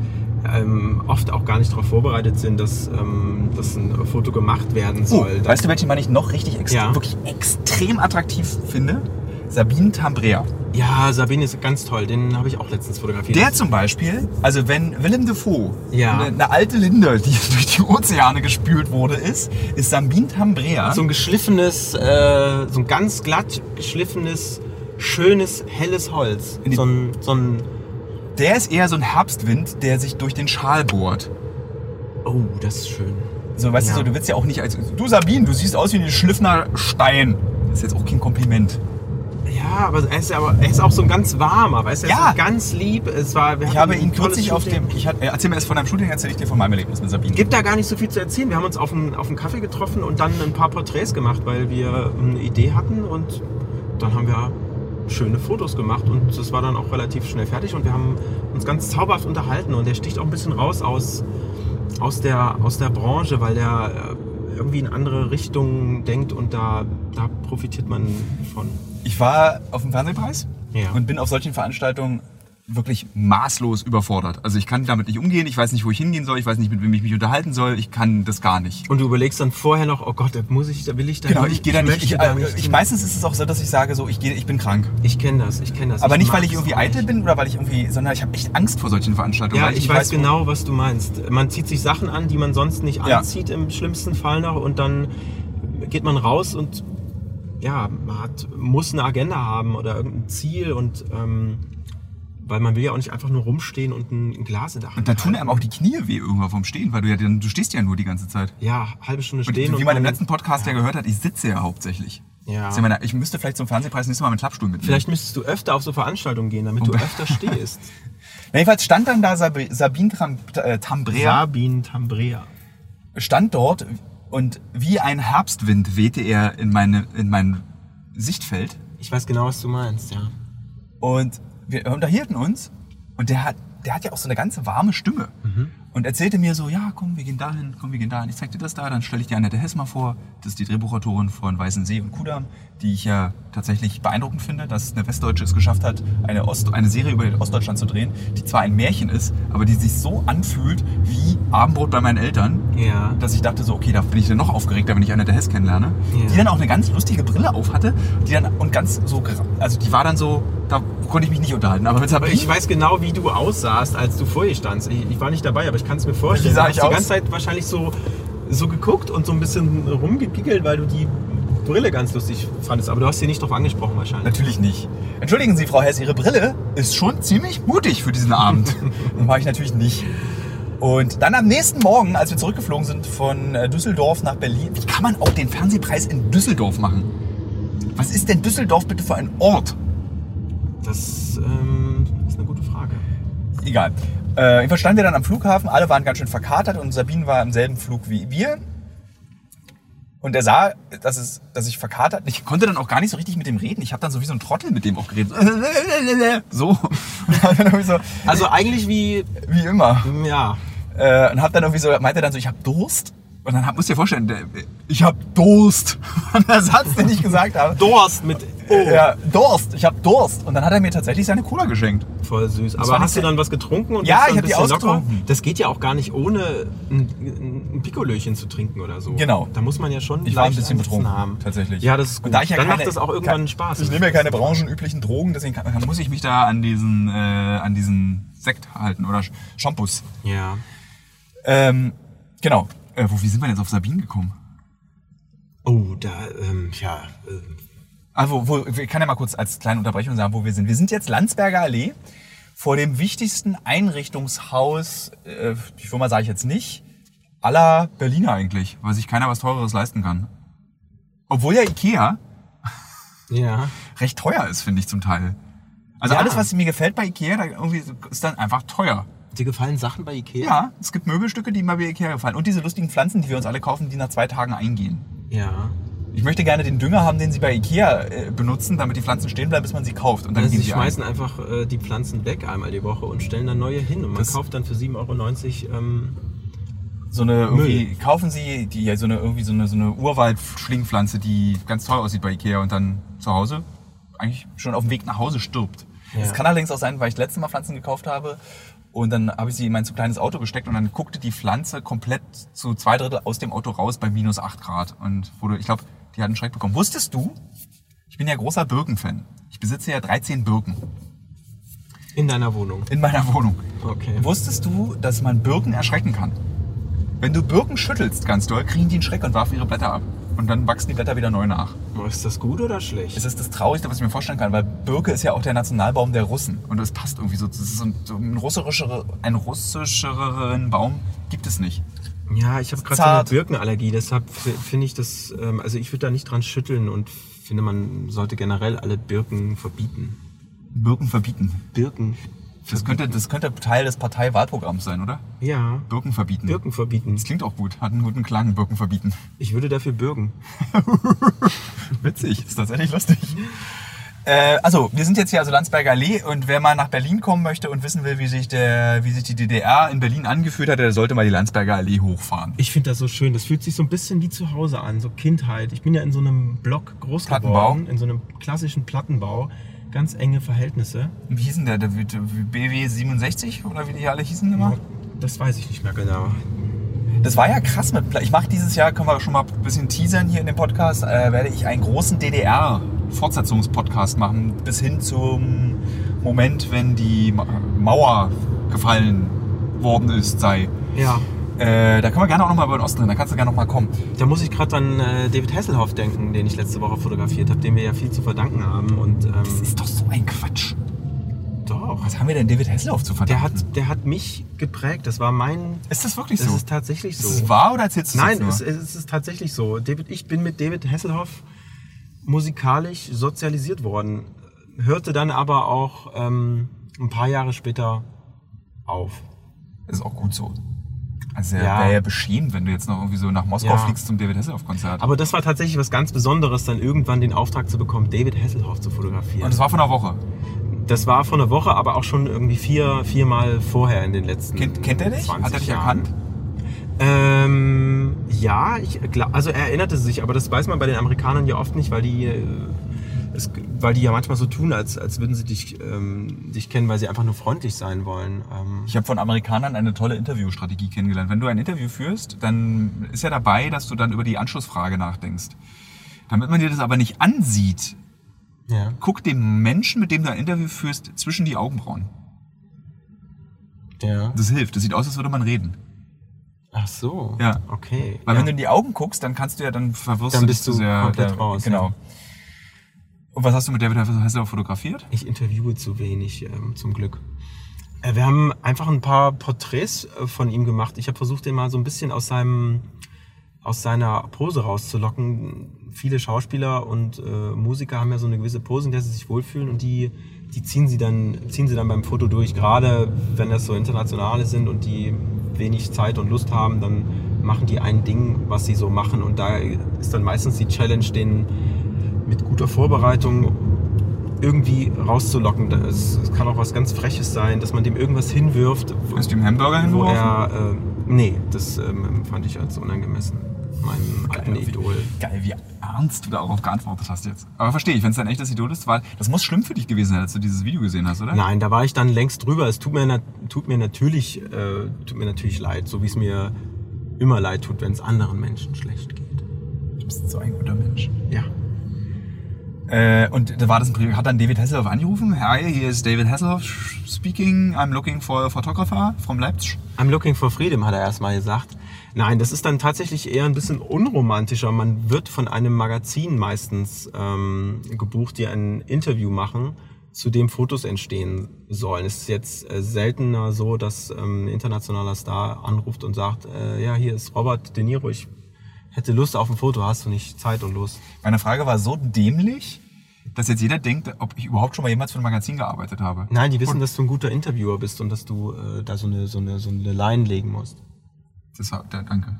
Speaker 2: ähm, oft auch gar nicht darauf vorbereitet sind, dass, ähm, dass ein Foto gemacht werden
Speaker 1: Oh,
Speaker 2: soll.
Speaker 1: weißt du, welchen Mann ich noch richtig ext
Speaker 2: Ja.
Speaker 1: wirklich extrem attraktiv finde? Sabine Tambrea.
Speaker 2: ja, Sabine ist ganz toll, den habe ich auch letztens fotografiert.
Speaker 1: Der zum Beispiel, also wenn Willem Dafoe
Speaker 2: Ja.
Speaker 1: eine, eine alte Linde, die durch die Ozeane gespült wurde, ist, ist Sabine Tambrea.
Speaker 2: so ein geschliffenes, äh, so ein ganz glatt geschliffenes, schönes, helles Holz.
Speaker 1: In die-
Speaker 2: So ein, so ein
Speaker 1: der ist eher so ein Herbstwind, der sich durch den Schal bohrt.
Speaker 2: oh, das ist schön.
Speaker 1: So, weißt
Speaker 2: Ja.
Speaker 1: du, so, du willst ja auch nicht als. Du Sabine, du siehst aus wie ein geschliffener Stein. Das ist jetzt auch kein Kompliment.
Speaker 2: Ja, aber er ist, ja aber er ist auch so ein ganz warmer, weißt du? Er
Speaker 1: Ja.
Speaker 2: ist so ganz lieb. Es war, wir
Speaker 1: Ich
Speaker 2: hatten
Speaker 1: habe
Speaker 2: ein
Speaker 1: ihn
Speaker 2: tolles
Speaker 1: kürzlich auf
Speaker 2: Shooting.
Speaker 1: dem. Ich hatte, erzähl mir erst von deinem Shooting, erzähl ich dir von meinem Erlebnis mit Sabine.
Speaker 2: gibt da gar nicht so viel zu erzählen. Wir haben uns auf einen, auf einen Kaffee getroffen und dann ein paar Porträts gemacht, weil wir eine Idee hatten und dann haben wir schöne Fotos gemacht und das war dann auch relativ schnell fertig und wir haben uns ganz zauberhaft unterhalten und der sticht auch ein bisschen raus aus, aus, der, aus der Branche, weil der äh, irgendwie in andere Richtungen denkt und da, da profitiert man von.
Speaker 1: Ich war auf dem Fernsehpreis
Speaker 2: Ja.
Speaker 1: und bin auf solchen Veranstaltungen wirklich maßlos überfordert. Also ich kann damit nicht umgehen, ich weiß nicht, wo ich hingehen soll, ich weiß nicht, mit wem ich mich unterhalten soll, ich kann das gar nicht.
Speaker 2: Und du überlegst dann vorher noch, oh Gott, da muss ich, da will ich da
Speaker 1: Genau,
Speaker 2: hin,
Speaker 1: ich gehe da nicht.
Speaker 2: möchte
Speaker 1: Ich,
Speaker 2: da
Speaker 1: äh,
Speaker 2: nicht
Speaker 1: ich,
Speaker 2: hin.
Speaker 1: meistens ist es auch so, dass ich sage, so ich gehe, ich bin krank.
Speaker 2: ich kenne das, ich kenne das.
Speaker 1: Aber nicht, weil
Speaker 2: mag's
Speaker 1: ich irgendwie
Speaker 2: auch
Speaker 1: eitel bin oder weil ich irgendwie, sondern ich habe echt Angst vor solchen Veranstaltungen.
Speaker 2: Ja,
Speaker 1: weil
Speaker 2: ich,
Speaker 1: nicht
Speaker 2: weiß,
Speaker 1: wo-
Speaker 2: genau, was du meinst. Man zieht sich Sachen an, die man sonst nicht
Speaker 1: Ja.
Speaker 2: anzieht, im schlimmsten Fall noch, und dann geht man raus und ja, man hat, muss eine Agenda haben oder irgendein Ziel und ähm, weil man will ja auch nicht einfach nur rumstehen und ein, ein Glas in der
Speaker 1: Und
Speaker 2: Hand.
Speaker 1: da tun
Speaker 2: halten.
Speaker 1: einem auch die Knie weh irgendwann vom Stehen, weil du ja, dann- du stehst ja nur die ganze Zeit.
Speaker 2: ja, halbe Stunde
Speaker 1: Und
Speaker 2: stehen
Speaker 1: wie man im
Speaker 2: dann-
Speaker 1: letzten Podcast ja, gehört hat, ich sitze ja hauptsächlich.
Speaker 2: Ja.
Speaker 1: Das ist meine, ich müsste vielleicht zum Fernsehpreis nächstes Mal mit Klappstuhl mitnehmen.
Speaker 2: Vielleicht müsstest du öfter auf so Veranstaltungen gehen, damit du öfter stehst.
Speaker 1: Na, jedenfalls stand dann da Sabi, Sabine Tram, äh, Tambrea,
Speaker 2: Sabine Tambrea.
Speaker 1: stand dort und wie ein Herbstwind wehte er in, meine, in mein Sichtfeld.
Speaker 2: Ich weiß genau, was du meinst, ja.
Speaker 1: Und wir unterhielten uns und der hat, der hat ja auch so eine ganze warme Stimme. Und erzählte mir so, ja, komm, wir gehen dahin, komm, wir gehen dahin. Ich zeig dir das da, dann stelle ich dir Annette Hess mal vor. Das ist die Drehbuchautorin von Weißensee und Kudamm, die ich ja tatsächlich beeindruckend finde, dass eine Westdeutsche es geschafft hat, eine, Ost eine Serie über Ostdeutschland zu drehen, die zwar ein Märchen ist, aber die sich so anfühlt wie Abendbrot bei meinen Eltern,
Speaker 2: Ja.
Speaker 1: dass ich dachte so, okay, da bin ich dann noch aufgeregter, wenn ich Annette Hess kennenlerne.
Speaker 2: Ja.
Speaker 1: Die dann auch eine ganz lustige Brille auf hatte, die dann und ganz so, gera- also die war dann so, da konnte ich mich nicht unterhalten. Aber mit Sabine,
Speaker 2: Ich weiß genau, wie du aussahst, als du vor ihr standst. Ich, ich war nicht dabei, aber ich kann es mir vorstellen.
Speaker 1: Wie sah
Speaker 2: Du
Speaker 1: ich
Speaker 2: hast die
Speaker 1: aus?
Speaker 2: ganze Zeit wahrscheinlich so, so geguckt und so ein bisschen rumgepickelt, weil du die Brille ganz lustig fandest. Aber du hast sie nicht drauf angesprochen wahrscheinlich.
Speaker 1: Natürlich nicht. Entschuldigen Sie, Frau Hess, Ihre Brille ist schon ziemlich mutig für diesen Abend. das mache ich natürlich nicht. Und dann am nächsten Morgen, als wir zurückgeflogen sind von äh, Düsseldorf nach Berlin, wie kann man auch den Fernsehpreis in Düsseldorf machen? Was ist denn Düsseldorf bitte für ein Ort?
Speaker 2: Das ähm, ist eine gute Frage.
Speaker 1: Egal. Äh, jedenfalls standen wir dann am Flughafen, alle waren ganz schön verkatert und Sabine war im selben Flug wie wir. Und er sah, dass, es, dass ich verkatert. Ich konnte dann auch gar nicht so richtig mit dem reden. Ich habe dann so wie so ein Trottel mit dem auch geredet. So. Und dann irgendwie so
Speaker 2: Also eigentlich wie, ähm,
Speaker 1: wie immer.
Speaker 2: ja,
Speaker 1: Äh, und hab dann irgendwie so, meinte dann so, ich habe Durst. Und dann hab, musst du dir vorstellen, der, ich habe Durst. Und der Satz, den ich gesagt habe.
Speaker 2: Durst mit O.
Speaker 1: Ja, Durst, ich habe Durst. Und dann hat er mir tatsächlich seine Cola geschenkt.
Speaker 2: Voll süß.
Speaker 1: war
Speaker 2: Aber
Speaker 1: nicht
Speaker 2: hast du
Speaker 1: der-
Speaker 2: dann was getrunken? Und
Speaker 1: Ja,
Speaker 2: warst dann
Speaker 1: ich hab
Speaker 2: ein
Speaker 1: die
Speaker 2: bisschen locker?
Speaker 1: ausgetrunken.
Speaker 2: Das geht ja auch gar nicht, ohne ein, ein Pikolöchen zu trinken oder so.
Speaker 1: Genau.
Speaker 2: Da muss man ja schon
Speaker 1: Ich war ein
Speaker 2: leicht
Speaker 1: bisschen
Speaker 2: Ansitzen
Speaker 1: betrunken,
Speaker 2: haben.
Speaker 1: tatsächlich.
Speaker 2: Ja, das ist gut.
Speaker 1: Und da ich ja
Speaker 2: dann
Speaker 1: keine,
Speaker 2: macht das auch irgendwann
Speaker 1: kein-
Speaker 2: Spaß.
Speaker 1: Ich nehme ja keine branchenüblichen Drogen, deswegen kann, muss ich mich da an diesen, äh, an diesen Sekt halten oder Sch- Shampoos.
Speaker 2: Ja.
Speaker 1: Ähm, genau. Äh, wo, wie sind wir denn jetzt auf Sabine gekommen?
Speaker 2: Oh, da, ähm, ja. Ähm,
Speaker 1: Also, wo, ich kann ja mal kurz als kleine Unterbrechung sagen, wo wir sind. Wir sind jetzt Landsberger Allee vor dem wichtigsten Einrichtungshaus, äh, die Firma sage ich jetzt nicht, aller Berliner eigentlich, weil sich keiner was Teureres leisten kann. Obwohl ja Ikea
Speaker 2: ja.
Speaker 1: recht teuer ist, finde ich zum Teil. Also
Speaker 2: Ja.
Speaker 1: alles, was mir gefällt bei Ikea, da irgendwie ist dann einfach teuer.
Speaker 2: Dir gefallen Sachen bei Ikea?
Speaker 1: Ja, es gibt Möbelstücke, die mir bei Ikea gefallen. Und diese lustigen Pflanzen, die wir uns alle kaufen, die nach zwei Tagen eingehen.
Speaker 2: Ja.
Speaker 1: Ich möchte gerne den Dünger haben, den sie bei Ikea äh, benutzen, damit die Pflanzen stehen bleiben, bis man sie kauft. Und dann
Speaker 2: Also
Speaker 1: gehen
Speaker 2: sie
Speaker 1: sie ein.
Speaker 2: schmeißen einfach äh, die Pflanzen weg einmal die Woche und stellen dann neue hin. Und man
Speaker 1: Das-
Speaker 2: kauft dann für 7,90 Euro ähm,
Speaker 1: so eine irgendwie,
Speaker 2: Müll.
Speaker 1: kaufen Sie die ja so eine irgendwie so eine, so eine Urwaldschlingpflanze, die ganz toll aussieht bei Ikea und dann zu Hause eigentlich schon auf dem Weg nach Hause stirbt.
Speaker 2: Ja.
Speaker 1: Es kann allerdings auch sein, weil ich letztes Mal Pflanzen gekauft habe und dann habe ich sie in mein zu kleines Auto gesteckt und dann guckte die Pflanze komplett zu zwei Drittel aus dem Auto raus bei minus 8 Grad und wurde, ich glaube, die hat einen Schreck bekommen. Wusstest du, ich bin ja großer Birkenfan. Ich besitze ja 13 Birken
Speaker 2: in deiner Wohnung.
Speaker 1: in meiner Wohnung.
Speaker 2: Okay.
Speaker 1: Wusstest du, dass man Birken erschrecken kann? Wenn du Birken schüttelst ganz doll, kriegen die einen Schreck und werfen ihre Blätter ab. Und dann wachsen die Blätter wieder neu nach.
Speaker 2: Ist das gut oder schlecht?
Speaker 1: Es ist das Traurigste, was ich mir vorstellen kann, weil Birke ist ja auch der Nationalbaum der Russen. Und es passt irgendwie so. Das ist so ein, so ein russischere, einen russischeren Baum gibt es nicht.
Speaker 2: Ja, ich habe gerade so eine
Speaker 1: Zart.
Speaker 2: Birkenallergie, deshalb f- finde ich das, ähm, also ich würde da nicht dran schütteln und finde, man sollte generell alle Birken verbieten.
Speaker 1: Birken verbieten.
Speaker 2: Birken?
Speaker 1: Das könnte, das könnte Teil des Parteiwahlprogramms sein, oder?
Speaker 2: Ja.
Speaker 1: Birken verbieten.
Speaker 2: Birken verbieten.
Speaker 1: Das klingt auch gut. Hat einen guten Klang, Birken verbieten.
Speaker 2: Ich würde dafür bürgen.
Speaker 1: Witzig, ist tatsächlich lustig. Äh, also, wir sind jetzt hier also Landsberger Allee und wer mal nach Berlin kommen möchte und wissen will, wie sich, der, wie sich die DDR in Berlin angeführt hat, der sollte mal die Landsberger Allee hochfahren.
Speaker 2: Ich finde das so schön. Das fühlt sich so ein bisschen wie zu Hause an, so Kindheit. Ich bin ja in so einem Block groß
Speaker 1: Plattenbau.
Speaker 2: geworden, in so einem klassischen Plattenbau. Ganz enge Verhältnisse.
Speaker 1: Wie hießen der? der BW 67 oder wie die alle hießen immer?
Speaker 2: Das weiß ich nicht mehr genau.
Speaker 1: Das war ja krass mit. Pla- Ich mache dieses Jahr, können wir schon mal ein bisschen teasern hier in dem Podcast, äh, werde ich einen großen DDR-Fortsetzungspodcast machen, bis hin zum Moment, wenn die Ma- Mauer gefallen worden ist, sei.
Speaker 2: Ja,
Speaker 1: Äh, da können wir gerne auch nochmal über den Osten reden, da kannst du gerne nochmal kommen.
Speaker 2: Da muss ich gerade an äh, David Hasselhoff denken, den ich letzte Woche fotografiert habe, dem wir ja viel zu verdanken haben. Und
Speaker 1: Das
Speaker 2: ähm,
Speaker 1: ist doch so ein Quatsch.
Speaker 2: doch,
Speaker 1: Was haben wir denn David Hasselhoff zu verdanken?
Speaker 2: der hat, der hat mich geprägt. Das war mein.
Speaker 1: ist das wirklich
Speaker 2: Das
Speaker 1: so?
Speaker 2: ist tatsächlich so.
Speaker 1: Ist es wahr oder erzählst du es
Speaker 2: Nein,
Speaker 1: jetzt
Speaker 2: es,
Speaker 1: nur?
Speaker 2: es ist tatsächlich so. David, ich bin mit David Hasselhoff musikalisch sozialisiert worden, hörte dann aber auch ähm, ein paar Jahre später auf.
Speaker 1: Das ist auch gut so. Also ja.
Speaker 2: Ja.
Speaker 1: wäre ja beschämt, wenn du jetzt noch irgendwie so nach Moskau
Speaker 2: Ja.
Speaker 1: fliegst zum David Hasselhoff-Konzert.
Speaker 2: Aber das war tatsächlich was ganz Besonderes, dann irgendwann den Auftrag zu bekommen, David Hasselhoff zu fotografieren.
Speaker 1: Und es war vor einer Woche.
Speaker 2: Das war vor einer Woche, aber auch schon irgendwie vier, viermal vorher in den letzten.
Speaker 1: Kennt, kennt er dich? Hat er
Speaker 2: 20
Speaker 1: dich
Speaker 2: Jahren.
Speaker 1: erkannt?
Speaker 2: Ähm, ja, ich glaub, also er erinnerte sich, aber das weiß man bei den Amerikanern ja oft nicht, weil die, äh, es, weil die ja manchmal so tun, als, als würden sie dich, ähm, dich kennen, weil sie einfach nur freundlich sein wollen. Ähm,
Speaker 1: Ich habe von Amerikanern eine tolle Interviewstrategie kennengelernt. Wenn du ein Interview führst, dann ist ja dabei, dass du dann über die Anschlussfrage nachdenkst. Damit man dir das aber nicht ansieht,
Speaker 2: ja.
Speaker 1: guck dem Menschen, mit dem du ein Interview führst, zwischen die Augenbrauen.
Speaker 2: ja.
Speaker 1: Das hilft. Das sieht aus, als würde man reden.
Speaker 2: Ach so.
Speaker 1: Ja.
Speaker 2: Okay.
Speaker 1: Weil
Speaker 2: ja.
Speaker 1: wenn du in die Augen guckst, dann kannst du ja, dann verwirrst
Speaker 2: Dann
Speaker 1: du
Speaker 2: bist
Speaker 1: dich zu
Speaker 2: du
Speaker 1: sehr.
Speaker 2: komplett
Speaker 1: da-
Speaker 2: raus,
Speaker 1: Genau.
Speaker 2: ja.
Speaker 1: Und was hast du mit David Hasselhoff fotografiert?
Speaker 2: ich interviewe zu wenig, ähm, zum Glück. Äh, wir haben einfach ein paar Porträts äh, von ihm gemacht. Ich habe versucht, den mal so ein bisschen aus seinem aus seiner Pose rauszulocken. Viele Schauspieler und äh, Musiker haben ja so eine gewisse Pose, in der sie sich wohlfühlen und die, die ziehen, sie dann, ziehen sie dann beim Foto durch. Gerade wenn das so internationale sind und die wenig Zeit und Lust haben, dann machen die ein Ding, was sie so machen. Und da ist dann meistens die Challenge, den mit guter Vorbereitung irgendwie rauszulocken. Da- Es es kann auch was ganz Freches sein, dass man dem irgendwas hinwirft, wo-
Speaker 1: Hast du ihm Hamburger
Speaker 2: wo
Speaker 1: hingeworfen?
Speaker 2: er. Äh, nee, das ähm, fand ich als unangemessen. Meinem alten
Speaker 1: wie-
Speaker 2: Idol.
Speaker 1: Geil, wie ernst du darauf geantwortet hast jetzt. Aber verstehe ich, wenn es dein echtes Idol ist, weil das muss schlimm für dich gewesen sein, als du dieses Video gesehen hast, oder?
Speaker 2: Nein, da war ich dann längst drüber. Es tut mir, na- tut mir, natürlich, äh, tut mir natürlich leid, so wie es mir immer leid tut, wenn es anderen Menschen schlecht geht.
Speaker 1: Du bist so ein guter Mensch.
Speaker 2: Ja.
Speaker 1: Äh, und da war das ein Privat. Hat dann David Hasselhoff angerufen? Hi, hier ist David Hasselhoff speaking. I'm looking for a photographer from Leipzig.
Speaker 2: I'm looking for freedom, hat er erstmal gesagt. Nein, das ist dann tatsächlich eher ein bisschen unromantischer. Man wird von einem Magazin meistens ähm, gebucht, die ein Interview machen, zu dem Fotos entstehen sollen. Es ist jetzt äh, seltener so, dass ähm, ein internationaler Star anruft und sagt, äh, ja, hier ist Robert De Niro, ich hätte Lust auf ein Foto, hast du nicht Zeit und Lust?
Speaker 1: Meine Frage war so dämlich, dass jetzt jeder denkt, ob ich überhaupt schon mal jemals für ein Magazin gearbeitet habe.
Speaker 2: Nein, die wissen, dass du ein guter Interviewer bist und dass du äh, da so eine, so, eine, so eine Line legen musst.
Speaker 1: Das war, da, danke.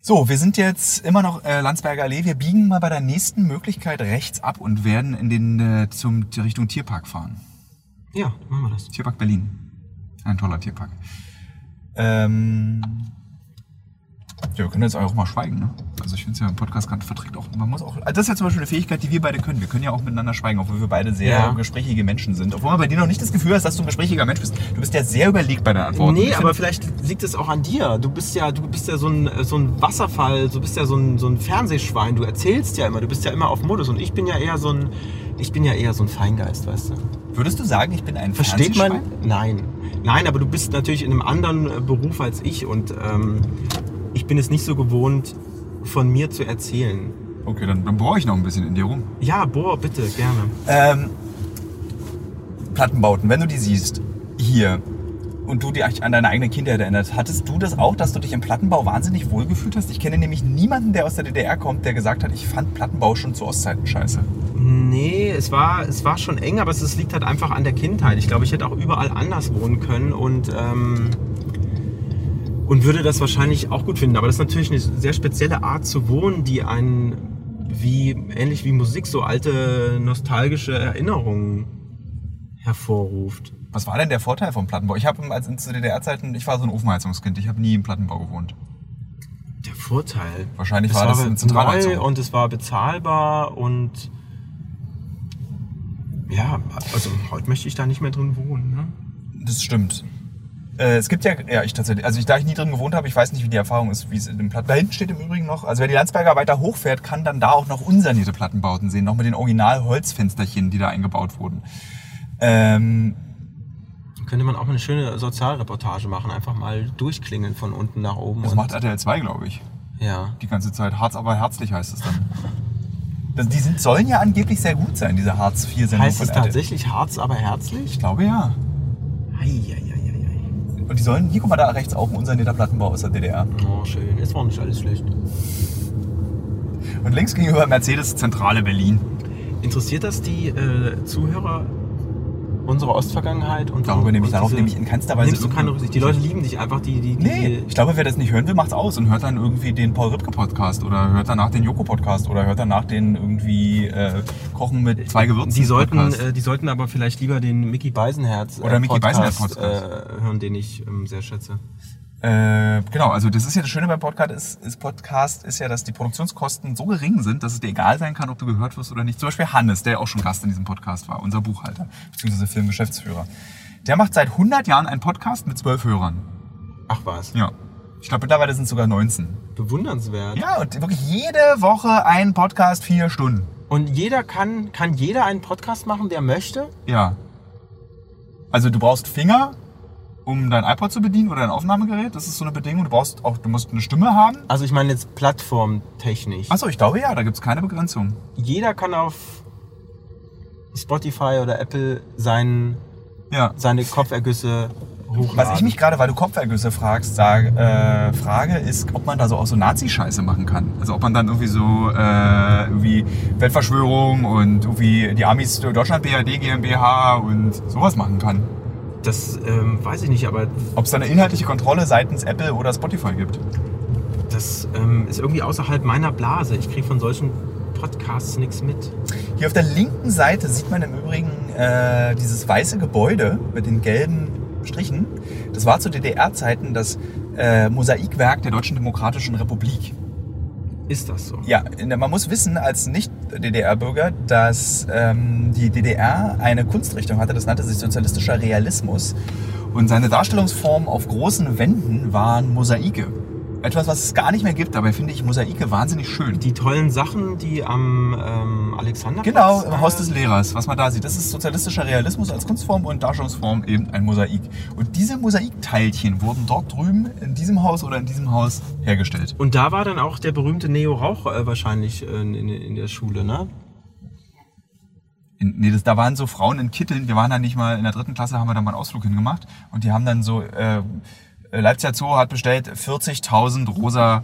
Speaker 1: So, wir sind jetzt immer noch äh, Landsberger Allee. Wir biegen mal bei der nächsten Möglichkeit rechts ab und werden in den äh, zum die Richtung Tierpark fahren.
Speaker 2: Ja, machen wir das.
Speaker 1: Tierpark Berlin. Ein toller Tierpark. Ähm, ja, wir können jetzt auch mal schweigen, ne? Also ich finde es ja im Podcast ganz verträgt auch. Man muss auch. Also das ist ja zum Beispiel eine Fähigkeit, die wir beide können. Wir können ja auch miteinander schweigen, obwohl wir beide sehr
Speaker 2: Ja.
Speaker 1: gesprächige Menschen sind. Obwohl man bei dir noch nicht das Gefühl hast, dass du ein gesprächiger Mensch bist. Du bist ja sehr überlegt bei deinen Antworten.
Speaker 2: Nee,
Speaker 1: Ich
Speaker 2: aber vielleicht liegt es auch an dir. Du bist ja, du bist ja so ein, so ein Wasserfall, du bist ja so ein, so ein Fernsehschwein, du erzählst ja immer, du bist ja immer auf Modus und ich bin ja eher so ein, ich bin ja eher so ein Feingeist, weißt du.
Speaker 1: find, würdest du sagen, ich bin ein
Speaker 2: Versteht man?
Speaker 1: Fernsehschwein?
Speaker 2: Nein. Nein, aber du bist natürlich in einem anderen äh, Beruf als ich und ähm, ich bin es nicht so gewohnt, von mir zu erzählen.
Speaker 1: Okay, dann, dann bohre ich noch ein bisschen in dir rum.
Speaker 2: Ja, boah, bitte, gerne.
Speaker 1: Ähm, Plattenbauten, wenn du die siehst, hier und du dich an deine eigene Kindheit erinnerst, hattest du das auch, dass du dich im Plattenbau wahnsinnig wohlgefühlt hast? Ich kenne nämlich niemanden, der aus der DDR kommt, der gesagt hat, ich fand Plattenbau schon zu Ostzeiten scheiße.
Speaker 2: Nee, es war, es war schon eng, aber es, es liegt halt einfach an der Kindheit. Ich glaube, ich hätte auch überall anders wohnen können und, ähm, und würde das wahrscheinlich auch gut finden. Aber das ist natürlich eine sehr spezielle Art zu wohnen, die einen wie, ähnlich wie Musik so alte nostalgische Erinnerungen hervorruft.
Speaker 1: Was war denn der Vorteil vom Plattenbau? Ich habe als zu DDR-Zeiten, ich war so ein Ofenheizungskind, ich habe nie im Plattenbau gewohnt.
Speaker 2: Der Vorteil.
Speaker 1: Wahrscheinlich
Speaker 2: Es
Speaker 1: war das eine Zentralheizung.
Speaker 2: neu und es war bezahlbar und ja, also heute möchte ich da nicht mehr drin wohnen. Ne?
Speaker 1: Das stimmt. Äh, es gibt ja, ja, ich tatsächlich, also ich, da ich nie drin gewohnt habe, ich weiß nicht, wie die Erfahrung ist, wie es in dem Platten. Da hinten steht im Übrigen noch, also wer die Landsberger weiter hochfährt, kann dann da auch noch unsanierte Plattenbauten sehen, noch mit den original Holzfensterchen, die da eingebaut wurden. Ähm,
Speaker 2: Könnte man auch eine schöne Sozialreportage machen, einfach mal durchklingeln von unten nach oben.
Speaker 1: das
Speaker 2: und-
Speaker 1: macht RTL 2, glaube ich,
Speaker 2: ja.
Speaker 1: die ganze Zeit. Harz aber herzlich heißt es dann. Das, die sind, sollen ja angeblich sehr gut sein, diese Harz 4 Sendungen
Speaker 2: Heißt es
Speaker 1: von RTL.
Speaker 2: tatsächlich Harz, aber herzlich?
Speaker 1: Ich glaube ja.
Speaker 2: Eieieiei.
Speaker 1: Und die sollen, hier guck mal da rechts auch ein unsanierter Plattenbau aus der DDR.
Speaker 2: Oh, schön. Es war nicht alles schlecht.
Speaker 1: Und links gegenüber Mercedes Zentrale Berlin.
Speaker 2: Interessiert das die äh, Zuhörer unsere Ostvergangenheit? Und
Speaker 1: Darüber
Speaker 2: und
Speaker 1: nehme ich-
Speaker 2: diese-
Speaker 1: darauf nehme ich in keinster Weise
Speaker 2: Nimmst du keine
Speaker 1: irgendeine-
Speaker 2: Rücksicht. Die Leute lieben dich einfach. Die, die, die,
Speaker 1: Nee, ich glaube, wer das nicht hören will, macht's aus und hört dann irgendwie den Paul Ripke Podcast oder hört danach den Joko Podcast oder hört danach den irgendwie äh, Kochen mit zwei Gewürzen
Speaker 2: Die sollten,
Speaker 1: Podcast.
Speaker 2: äh, die sollten aber vielleicht lieber den Mickey Beisenherz äh,
Speaker 1: Oder Mickey Beisenherz
Speaker 2: äh, hören, den ich ähm, sehr schätze.
Speaker 1: Äh, genau, also das ist ja das Schöne beim Podcast ist, ist Podcast ist ja, dass die Produktionskosten so gering sind, dass es dir egal sein kann, ob du gehört wirst oder nicht. Zum Beispiel Hannes, der ja auch schon Gast in diesem Podcast war, unser Buchhalter bzw. Filmgeschäftsführer. Der macht seit 100 Jahren einen Podcast mit zwölf Hörern.
Speaker 2: Ach was,
Speaker 1: Ja, ich glaube mittlerweile sind es sogar 19.
Speaker 2: bewundernswert.
Speaker 1: Ja, und wirklich jede Woche ein Podcast vier Stunden.
Speaker 2: Und jeder kann, kann jeder einen Podcast machen, der möchte?
Speaker 1: Ja. Also du brauchst Finger um dein iPod zu bedienen oder dein Aufnahmegerät? Das ist so eine Bedingung. Du brauchst auch, du musst eine Stimme haben.
Speaker 2: Also ich meine jetzt plattformtechnisch.
Speaker 1: Achso, ich glaube ja, da gibt es keine Begrenzung.
Speaker 2: Jeder kann auf Spotify oder Apple seinen,
Speaker 1: Ja.
Speaker 2: seine Kopfergüsse hochladen.
Speaker 1: Was ich mich gerade, weil du Kopfergüsse fragst, sag, äh, frage, ist, ob man da so auch so Nazi-Scheiße machen kann. Also ob man dann irgendwie so äh, irgendwie Weltverschwörung und irgendwie die Amis äh, Deutschland BRD GmbH und sowas machen kann.
Speaker 2: das ähm, weiß ich nicht, aber
Speaker 1: Ob es da eine inhaltliche Kontrolle seitens Apple oder Spotify gibt.
Speaker 2: das ähm, ist irgendwie außerhalb meiner Blase. Ich kriege von solchen Podcasts nichts mit.
Speaker 1: Hier auf der linken Seite sieht man im Übrigen äh, dieses weiße Gebäude mit den gelben Strichen. Das war zu DDR-Zeiten das äh, Mosaikwerk der Deutschen Demokratischen Republik.
Speaker 2: Ist das so?
Speaker 1: Ja, in der, man muss wissen als Nicht-DDR-Bürger, dass ähm, die DDR eine Kunstrichtung hatte, das nannte sich sozialistischer Realismus. Und seine Darstellungsformen auf großen Wänden waren Mosaike. Etwas, was es gar nicht mehr gibt, dabei finde ich Mosaike wahnsinnig schön.
Speaker 2: Die tollen Sachen, die am ähm, Alexander.
Speaker 1: Genau, im Haus des Lehrers, was man da sieht. Das ist sozialistischer Realismus als Kunstform und Darstellungsform eben ein Mosaik. Und diese Mosaikteilchen wurden dort drüben in diesem Haus oder in diesem Haus hergestellt.
Speaker 2: Und da war dann auch der berühmte Neo Rauch äh, wahrscheinlich äh, in, in, in der Schule, ne?
Speaker 1: In, nee, das, da waren so Frauen in Kitteln. Wir waren dann nicht mal in der dritten Klasse, haben wir dann mal einen Ausflug hingemacht. Und die haben dann so, äh, Leipziger Zoo hat bestellt 40.000 rosa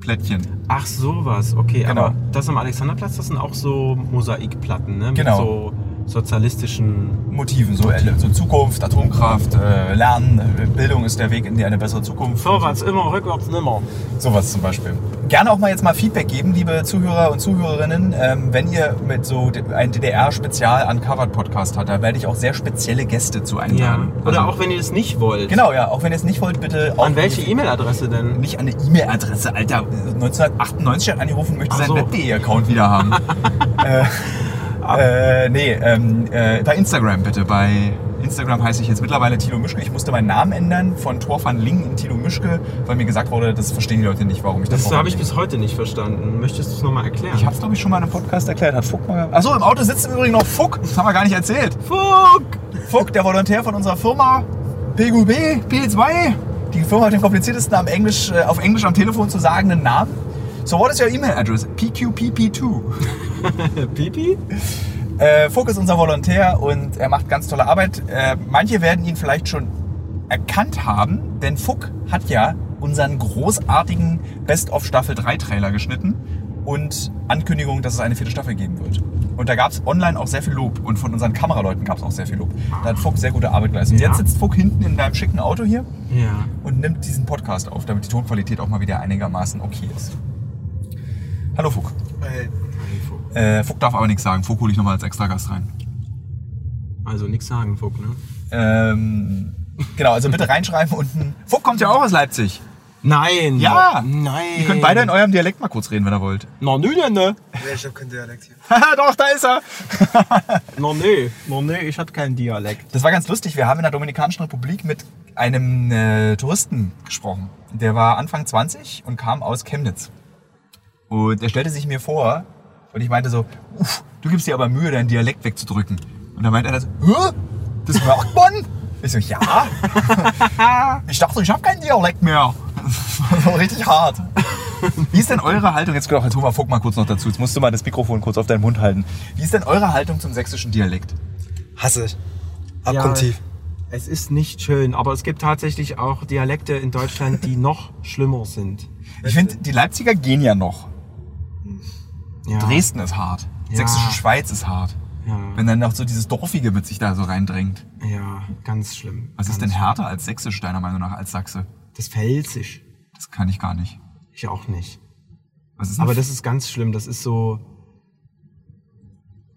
Speaker 1: Plättchen.
Speaker 2: Ach sowas, okay.
Speaker 1: Genau.
Speaker 2: Aber das am Alexanderplatz, das sind auch so Mosaikplatten, ne?
Speaker 1: Genau.
Speaker 2: Mit so sozialistischen.
Speaker 1: Motiven, so, äh, so Zukunft, Atomkraft, äh, Lernen, äh, Bildung ist der Weg in die eine bessere Zukunft.
Speaker 2: Vorwärts immer, rückwärts nimmer.
Speaker 1: Sowas zum Beispiel. Gerne auch mal jetzt mal Feedback geben, liebe Zuhörer und Zuhörerinnen, ähm, wenn ihr mit so d- ein DDR-Spezial-Uncovered-Podcast habt, da werde ich auch sehr spezielle Gäste zu einladen. Also-
Speaker 2: Oder auch wenn ihr das nicht wollt.
Speaker 1: Genau, ja. Auch wenn ihr es nicht wollt, bitte auch
Speaker 2: An welche E-Mail-Adresse denn?
Speaker 1: nicht an eine E-Mail-Adresse, Alter. 1998 hat angerufen, möchte
Speaker 2: Ach
Speaker 1: seinen
Speaker 2: so. Ah.
Speaker 1: Web.de-Account E wieder haben. äh, äh, nee, ähm, äh, bei Instagram bitte. Bei Instagram heiße ich jetzt mittlerweile Tilo Mischke. Ich musste meinen Namen ändern von Thor van Lingen in Tilo Mischke, weil mir gesagt wurde, das verstehen die Leute nicht, warum ich das
Speaker 2: Das
Speaker 1: Thor van
Speaker 2: habe ich
Speaker 1: Lingen-
Speaker 2: bis heute nicht verstanden. Möchtest du es nochmal erklären?
Speaker 1: Ich hab's, glaube ich, schon mal in einem Podcast erklärt. Hat Fuck mal. Achso, im Auto sitzt im Übrigen noch Fuck. Das haben wir gar nicht erzählt.
Speaker 2: Fuck!
Speaker 1: Fuck, der Volontär von unserer Firma PQB, P2. Die Firma hat den kompliziertesten am Englisch, äh, auf Englisch am Telefon zu sagenden Namen. So, what is your email address? PQPP2.
Speaker 2: Pipi?
Speaker 1: Äh, Fuck ist unser Volontär und er macht ganz tolle Arbeit. Äh, manche werden ihn vielleicht schon erkannt haben, denn Fuck hat ja unseren großartigen Best of Staffel 3 Trailer geschnitten und Ankündigung, dass es eine vierte Staffel geben wird. Und da gab es online auch sehr viel Lob und von unseren Kameraleuten gab es auch sehr viel Lob. Da hat Fuck sehr gute Arbeit geleistet.
Speaker 2: Ja.
Speaker 1: Jetzt sitzt Fuck hinten in deinem schicken Auto hier
Speaker 2: Ja.
Speaker 1: und nimmt diesen Podcast auf, damit die Tonqualität auch mal wieder einigermaßen okay ist. Hallo Fuck. Äh, Fuck darf aber nichts sagen. Fuck hole ich nochmal als extra Gast rein.
Speaker 2: Also nichts sagen, Fuck, ne?
Speaker 1: Ähm, genau, also bitte reinschreiben unten. Fuck kommt ja auch aus Leipzig.
Speaker 2: Nein!
Speaker 1: Ja.
Speaker 2: Nein!
Speaker 1: Ihr könnt beide in eurem Dialekt mal kurz reden, wenn ihr wollt.
Speaker 2: Na nö denn, ne?
Speaker 3: Nee, ich hab keinen Dialekt hier.
Speaker 1: Haha, Doch, da ist er.
Speaker 2: Na nö. Na nö, ich hab keinen Dialekt.
Speaker 1: Das war ganz lustig. Wir haben in der Dominikanischen Republik mit einem äh, Touristen gesprochen. Der war Anfang 20 und kam aus Chemnitz. Und er stellte sich mir vor und ich meinte so, uff, du gibst dir aber Mühe, deinen Dialekt wegzudrücken. Und dann meinte er das, Hä? das merkt man? Ich so, ja. Ich dachte, ich habe keinen Dialekt mehr. Das war richtig hart. Wie ist denn eure Haltung? Jetzt gehört auch Thomas Vogt mal kurz noch dazu. Jetzt musst du mal das Mikrofon kurz auf deinen Mund halten. Wie ist denn eure Haltung zum sächsischen Dialekt?
Speaker 3: Hasse ich.
Speaker 2: Ja.
Speaker 3: Abgrundtief.
Speaker 2: Es ist nicht schön, aber es gibt tatsächlich auch Dialekte in Deutschland, die noch schlimmer sind.
Speaker 1: Ich finde, die Leipziger gehen ja noch.
Speaker 2: Ja.
Speaker 1: Dresden ist hart.
Speaker 2: Ja.
Speaker 1: Sächsische Schweiz ist hart.
Speaker 2: Ja.
Speaker 1: Wenn dann noch so dieses Dorfige mit sich da so reindrängt.
Speaker 2: Ja, ganz schlimm.
Speaker 1: Was
Speaker 2: ganz
Speaker 1: ist denn härter als Sächsisch, deiner Meinung nach, als Sachse?
Speaker 2: schlimm. Das Felsisch.
Speaker 1: Das kann ich gar nicht.
Speaker 2: Ich auch nicht.
Speaker 1: Hm. Was ist denn
Speaker 2: Aber das ist ganz schlimm. Das ist so.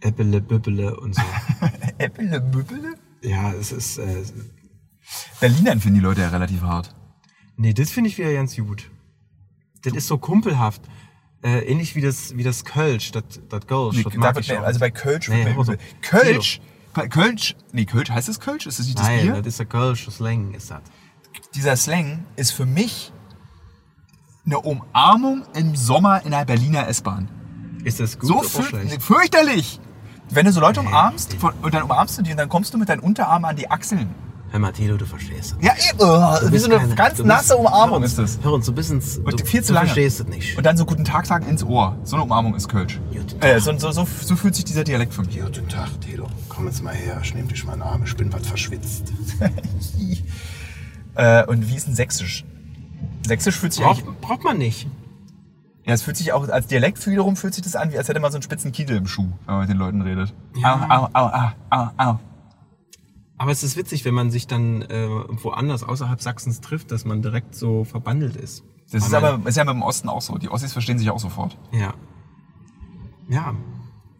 Speaker 2: Äppele, Büppele und so.
Speaker 1: Äppele, Büppele?
Speaker 2: ja, es ist. Äh,
Speaker 1: Berlinern finden die Leute ja relativ hart.
Speaker 2: nee, das finde ich wieder ganz gut. Das ist so kumpelhaft. Äh, ähnlich wie das, wie das Kölsch, das, das Kölsch.
Speaker 1: Nee,
Speaker 2: das
Speaker 1: da
Speaker 2: mag
Speaker 1: wird
Speaker 2: ich
Speaker 1: mir-
Speaker 2: auch.
Speaker 1: also bei Kölsch.
Speaker 2: Nee,
Speaker 1: wird mir
Speaker 2: auch so.
Speaker 1: übel. Kölsch! Bei Kölsch, nee, Kölsch, heißt es Kölsch? Ist das nicht das
Speaker 2: Nein,
Speaker 1: Bier?
Speaker 2: das ist der Kölsch, das Längen ist das.
Speaker 1: Dieser Slang ist für mich eine Umarmung im Sommer in einer Berliner S-Bahn.
Speaker 2: Ist das gut
Speaker 1: So
Speaker 2: oder
Speaker 1: für,
Speaker 2: schlecht?
Speaker 1: fürchterlich. Wenn du so Leute umarmst von, und dann umarmst du die und dann kommst du mit deinen Unterarmen an die Achseln.
Speaker 2: Herr Matteo, du verstehst es.
Speaker 1: Ja, eben. Oh, wie
Speaker 2: bist
Speaker 1: so eine
Speaker 2: keine-
Speaker 1: ganz
Speaker 2: du bist-
Speaker 1: nasse Umarmung
Speaker 2: hör uns-
Speaker 1: ist es.
Speaker 2: Hör uns, du bist ins,
Speaker 1: Und
Speaker 2: du,
Speaker 1: viel zu
Speaker 2: du
Speaker 1: lange.
Speaker 2: verstehst es nicht.
Speaker 1: Und dann so guten Tag sagen ins Ohr. So eine Umarmung ist Kölsch.
Speaker 2: Guten Tag.
Speaker 1: Äh, so, so, so, so fühlt sich dieser Dialekt für mich.
Speaker 4: Ja, guten Tag, Telo. Komm jetzt mal her, ich nehm dich mal in den Arm, ich bin was verschwitzt.
Speaker 1: Äh, und wie ist denn Sächsisch? Sächsisch fühlt sich eigentlich.
Speaker 2: braucht, braucht man nicht.
Speaker 1: Ja, es fühlt sich auch als Dialekt wiederum fühlt sich das an, wie als hätte man so einen spitzen Kiedel im Schuh, wenn man mit den Leuten redet. Au, au, au, au, au, au.
Speaker 2: Aber es ist witzig, wenn man sich dann äh, woanders außerhalb Sachsens trifft, dass man direkt so verbandelt ist.
Speaker 1: Das ist
Speaker 2: Weil man-
Speaker 1: aber ist ja im Osten auch so. Die Ossis verstehen sich auch sofort.
Speaker 2: Ja. Ja.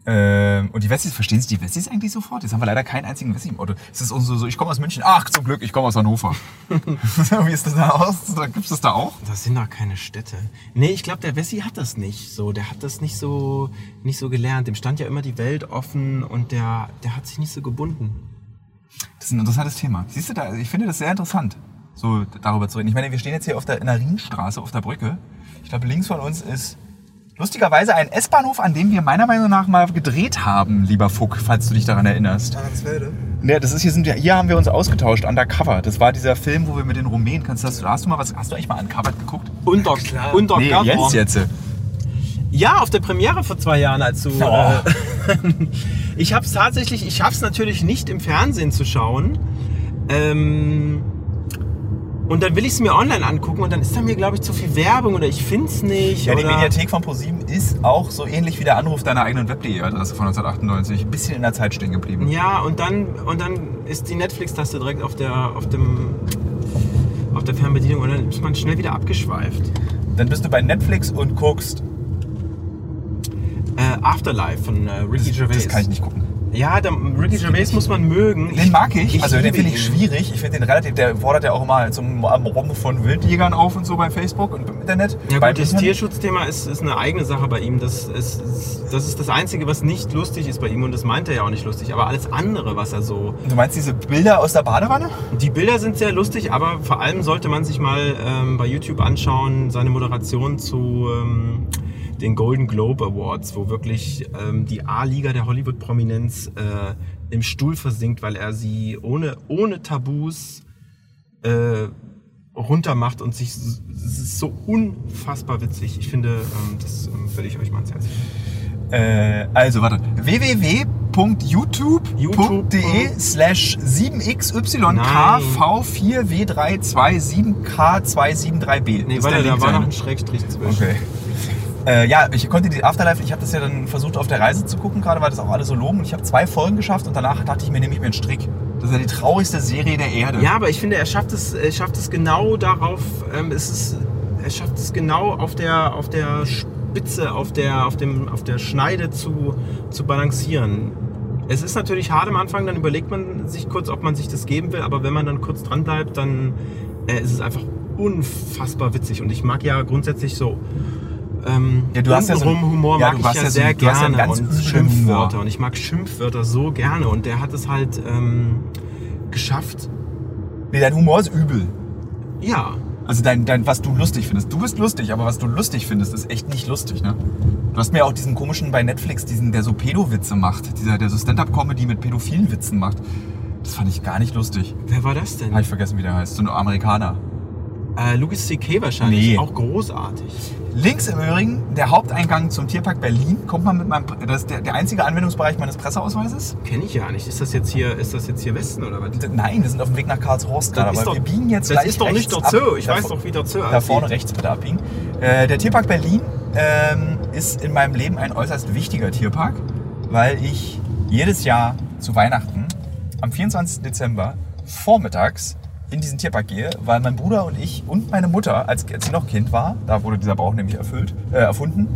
Speaker 1: Ähm, und die Wessis, verstehen Sie die Wessis eigentlich sofort? Jetzt haben wir leider keinen einzigen Wessi im Auto. Es ist uns so, so ich komme aus München. Ach, zum Glück, ich komme aus Hannover. Wie ist das da aus? Gibt es das da auch?
Speaker 2: Das sind doch keine Städte. Nee, ich glaube, der Wessi hat das nicht so. Der hat das nicht so, nicht so gelernt. Dem stand ja immer die Welt offen und der, der hat sich nicht so gebunden.
Speaker 1: Das ist ein interessantes Thema. Siehst du da, ich finde das sehr interessant, so darüber zu reden. Ich meine, wir stehen jetzt hier auf der, in der Rienstraße, auf der Brücke. Ich glaube, links von uns ist lustigerweise ein S-Bahnhof, an dem wir meiner Meinung nach mal gedreht haben, lieber Fuck, falls du dich daran erinnerst.
Speaker 3: Arnsfelde.
Speaker 1: Ja, das ist hier, sind wir, hier haben wir uns ausgetauscht, Undercover. Das war dieser Film, wo wir mit den Rumänen, kannst du das, hast du mal was, hast du eigentlich mal Uncovered geguckt?
Speaker 2: Und Doc,
Speaker 3: klar.
Speaker 2: und Doc
Speaker 1: nee,
Speaker 2: Gabor.
Speaker 1: jetzt, jetzt.
Speaker 2: Ja, auf der Premiere vor zwei Jahren, als du.
Speaker 1: Oh.
Speaker 2: Äh, ich hab's tatsächlich, ich schaff's natürlich nicht im Fernsehen zu schauen. Ähm, und dann will ich's mir online angucken und dann ist da mir, glaube ich, zu viel Werbung oder ich find's nicht.
Speaker 1: Ja, die
Speaker 2: oder
Speaker 1: Mediathek von ProSieben ist auch so ähnlich wie der Anruf deiner eigenen Web.de-Adresse von 1998. Ein bisschen in der Zeit stehen geblieben.
Speaker 2: Ja, und dann, und dann ist die Netflix-Taste direkt auf der, auf dem, auf der Fernbedienung und dann ist man schnell wieder abgeschweift.
Speaker 1: Dann bist du bei Netflix und guckst.
Speaker 2: Äh, Afterlife von äh, Ricky Gervais.
Speaker 1: Das kann ich nicht gucken.
Speaker 2: Ja, der, Ricky Gervais muss man mögen.
Speaker 1: Den mag ich. also den
Speaker 2: liebe
Speaker 1: finde ich
Speaker 2: ihn.
Speaker 1: schwierig. Ich finde den relativ, der fordert ja auch immer zum Robben von Wildjägern auf und so bei Facebook und im Internet.
Speaker 2: Ja
Speaker 1: Beim
Speaker 2: gut, das
Speaker 1: Internet.
Speaker 2: Tierschutzthema ist, ist eine eigene Sache bei ihm. Das ist, das ist das Einzige, was nicht lustig ist bei ihm und das meint er ja auch nicht lustig. Aber alles andere, was er so...
Speaker 1: Du meinst diese Bilder aus der Badewanne?
Speaker 2: Die Bilder sind sehr lustig, aber vor allem sollte man sich mal ähm, bei YouTube anschauen, seine Moderation zu ähm, den Golden Globe Awards, wo wirklich ähm, die A-Liga der Hollywood-Prominenz äh, im Stuhl versinkt, weil er sie ohne, ohne Tabus äh, runtermacht und sich s- es ist so unfassbar witzig. Ich finde, ähm, das ähm, würde ich euch mal ans Herz legen.
Speaker 1: Äh, also warte. www.youtube.de
Speaker 2: YouTube.
Speaker 1: slash 7xyKV4W327K273B.
Speaker 2: Nee,
Speaker 1: Das
Speaker 2: warte,
Speaker 1: ist der Link
Speaker 2: da
Speaker 1: ne?
Speaker 2: war
Speaker 1: sein.
Speaker 2: noch ein Schrägstrich zwischen.
Speaker 1: Okay. Äh, ja, ich konnte die Afterlife, ich habe das ja dann versucht auf der Reise zu gucken, gerade weil das auch alle so loben. Und ich habe zwei Folgen geschafft und danach dachte ich mir, nehme ich mir einen Strick. Das ist ja die traurigste Serie der Erde.
Speaker 2: Ja, aber ich finde, er schafft es, er schafft es genau darauf, ähm, es ist, er schafft es genau auf der, auf der Spitze, auf der, auf dem, auf der Schneide zu, zu balancieren. Es ist natürlich hart am Anfang, dann überlegt man sich kurz, ob man sich das geben will, aber wenn man dann kurz dran bleibt, dann äh, ist es einfach unfassbar witzig. Und ich mag ja grundsätzlich so ähm,
Speaker 1: Ja, du hast ja so
Speaker 2: untenrum
Speaker 1: einen-
Speaker 2: Humor
Speaker 1: ja,
Speaker 2: mag
Speaker 1: du
Speaker 2: ich
Speaker 1: hast
Speaker 2: ja
Speaker 1: ja so
Speaker 2: sehr
Speaker 1: einen- du hast ja einen
Speaker 2: gerne
Speaker 1: ganz
Speaker 2: und
Speaker 1: üblen
Speaker 2: Schimpfwörter
Speaker 1: Humor.
Speaker 2: und ich mag Schimpfwörter so gerne und der hat es halt ähm, geschafft,
Speaker 1: Nee, dein Humor ist übel.
Speaker 2: ja,
Speaker 1: Also dein, dein, was du lustig findest. Du bist lustig, aber was du lustig findest, ist echt nicht lustig, ne? Du hast mir auch diesen komischen bei Netflix, diesen, der so Pedo-Witze macht. Dieser, der so Stand-Up-Comedy mit pädophilen Witzen macht. Das fand ich gar nicht lustig.
Speaker 2: wer war das denn?
Speaker 1: Habe ich vergessen, wie der heißt. So ein Amerikaner.
Speaker 2: Äh, Louis C.K. wahrscheinlich,
Speaker 1: Nee.
Speaker 2: auch großartig.
Speaker 1: Links im Übrigen, der Haupteingang zum Tierpark Berlin, kommt man mit meinem, das ist der, der einzige Anwendungsbereich meines Presseausweises?
Speaker 2: Kenne ich ja nicht. Ist das jetzt hier, ist das jetzt hier Westen oder was?
Speaker 1: D- Nein, wir sind auf dem Weg nach Karlshorst gerade, aber wir biegen jetzt
Speaker 2: das
Speaker 1: gleich
Speaker 2: ist doch nicht
Speaker 1: rechts
Speaker 2: der
Speaker 1: ab.
Speaker 2: Zoo. Ich
Speaker 1: Da
Speaker 2: weiß
Speaker 1: vor-
Speaker 2: doch, wie der Zoo
Speaker 1: Da
Speaker 2: aussieht.
Speaker 1: vorne rechts bitte abbiegen. Äh, der Tierpark Berlin ähm, ist in meinem Leben ein äußerst wichtiger Tierpark, weil ich jedes Jahr zu Weihnachten am 24. Dezember vormittags in diesen Tierpark gehe, weil mein Bruder und ich und meine Mutter, als, als sie noch Kind war, da wurde dieser Brauch nämlich erfüllt, äh, erfunden,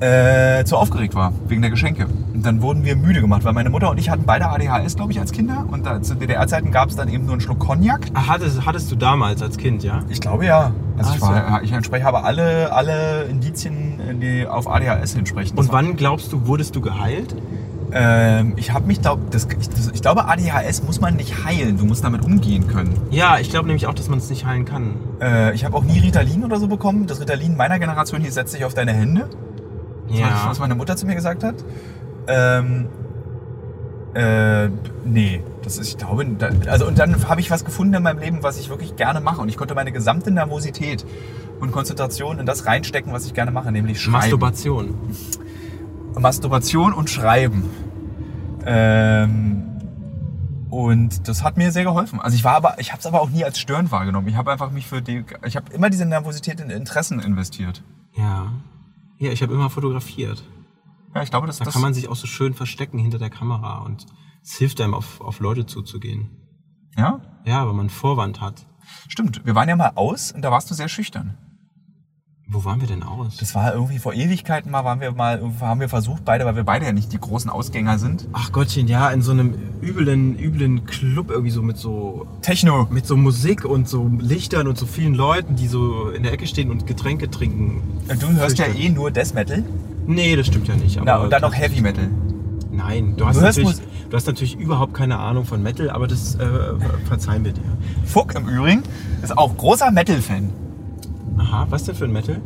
Speaker 1: äh, zu aufgeregt war wegen der Geschenke. Und dann wurden wir müde gemacht, weil meine Mutter und ich hatten beide ADHS, glaube ich, als Kinder. Und da, zu DDR-Zeiten gab es dann eben nur einen Schluck Cognac.
Speaker 2: Ah, Hattest, hattest du damals als Kind, ja?
Speaker 1: Ich glaube ja. Also
Speaker 2: Ach
Speaker 1: ich,
Speaker 2: Ah, so.
Speaker 1: war, ich entspreche, habe alle, alle Indizien, äh, die auf ADHS hinsprechen. Das
Speaker 2: Und wann glaubst du, wurdest du geheilt?
Speaker 1: war- Ähm, ich habe mich, glaub, das, ich, das, ich glaube, ADHS muss man nicht heilen. Du musst damit umgehen können.
Speaker 2: Ja, ich glaube nämlich auch, dass man es nicht heilen kann.
Speaker 1: Äh, ich habe auch nie Ritalin oder so bekommen. Das Ritalin meiner Generation hier setzt sich auf deine Hände. Das war das,
Speaker 2: Ja.
Speaker 1: was meine Mutter zu mir gesagt hat. Ähm, Äh, nee, das ist, ich glaube, da, also und dann habe ich was gefunden in meinem Leben, was ich wirklich gerne mache und ich konnte meine gesamte Nervosität und Konzentration in das reinstecken, was ich gerne mache, nämlich schreiben.
Speaker 2: Masturbation.
Speaker 1: Masturbation und Schreiben. Ähm, und das hat mir sehr geholfen. Also ich war aber, ich habe es aber auch nie als störend wahrgenommen. Ich habe einfach mich für die, ich habe immer diese Nervosität in Interessen investiert.
Speaker 2: Ja. Ja, ich habe immer fotografiert.
Speaker 1: Ja, ich glaube, das,
Speaker 2: Da
Speaker 1: das
Speaker 2: kann man sich auch so schön verstecken hinter der Kamera und es hilft einem, auf, auf Leute zuzugehen.
Speaker 1: ja,
Speaker 2: Ja, wenn man einen Vorwand hat.
Speaker 1: stimmt. Wir waren ja mal aus und da warst du sehr schüchtern.
Speaker 2: Wo waren wir denn aus?
Speaker 1: Das war irgendwie vor Ewigkeiten mal, waren wir mal, haben wir versucht beide, weil wir beide ja nicht die großen Ausgänger sind.
Speaker 2: Ach Gottchen, ja, in so einem üblen, üblen Club irgendwie so mit so
Speaker 1: Techno.
Speaker 2: mit so Musik und so Lichtern und so vielen Leuten, die so in der Ecke stehen und Getränke trinken.
Speaker 1: Du hörst ja
Speaker 2: Fürchterlich.
Speaker 1: eh nur Death Metal.
Speaker 2: Nee, das stimmt ja nicht.
Speaker 1: Na, und dann noch Heavy Metal.
Speaker 2: Nein, du hast,
Speaker 1: hörst
Speaker 2: natürlich,
Speaker 1: Mus-
Speaker 2: du hast natürlich überhaupt keine Ahnung von Metal, aber das äh, verzeihen wir dir.
Speaker 1: Fuck im Übrigen ist auch großer Metal-Fan.
Speaker 2: Aha, was denn für ein Metal?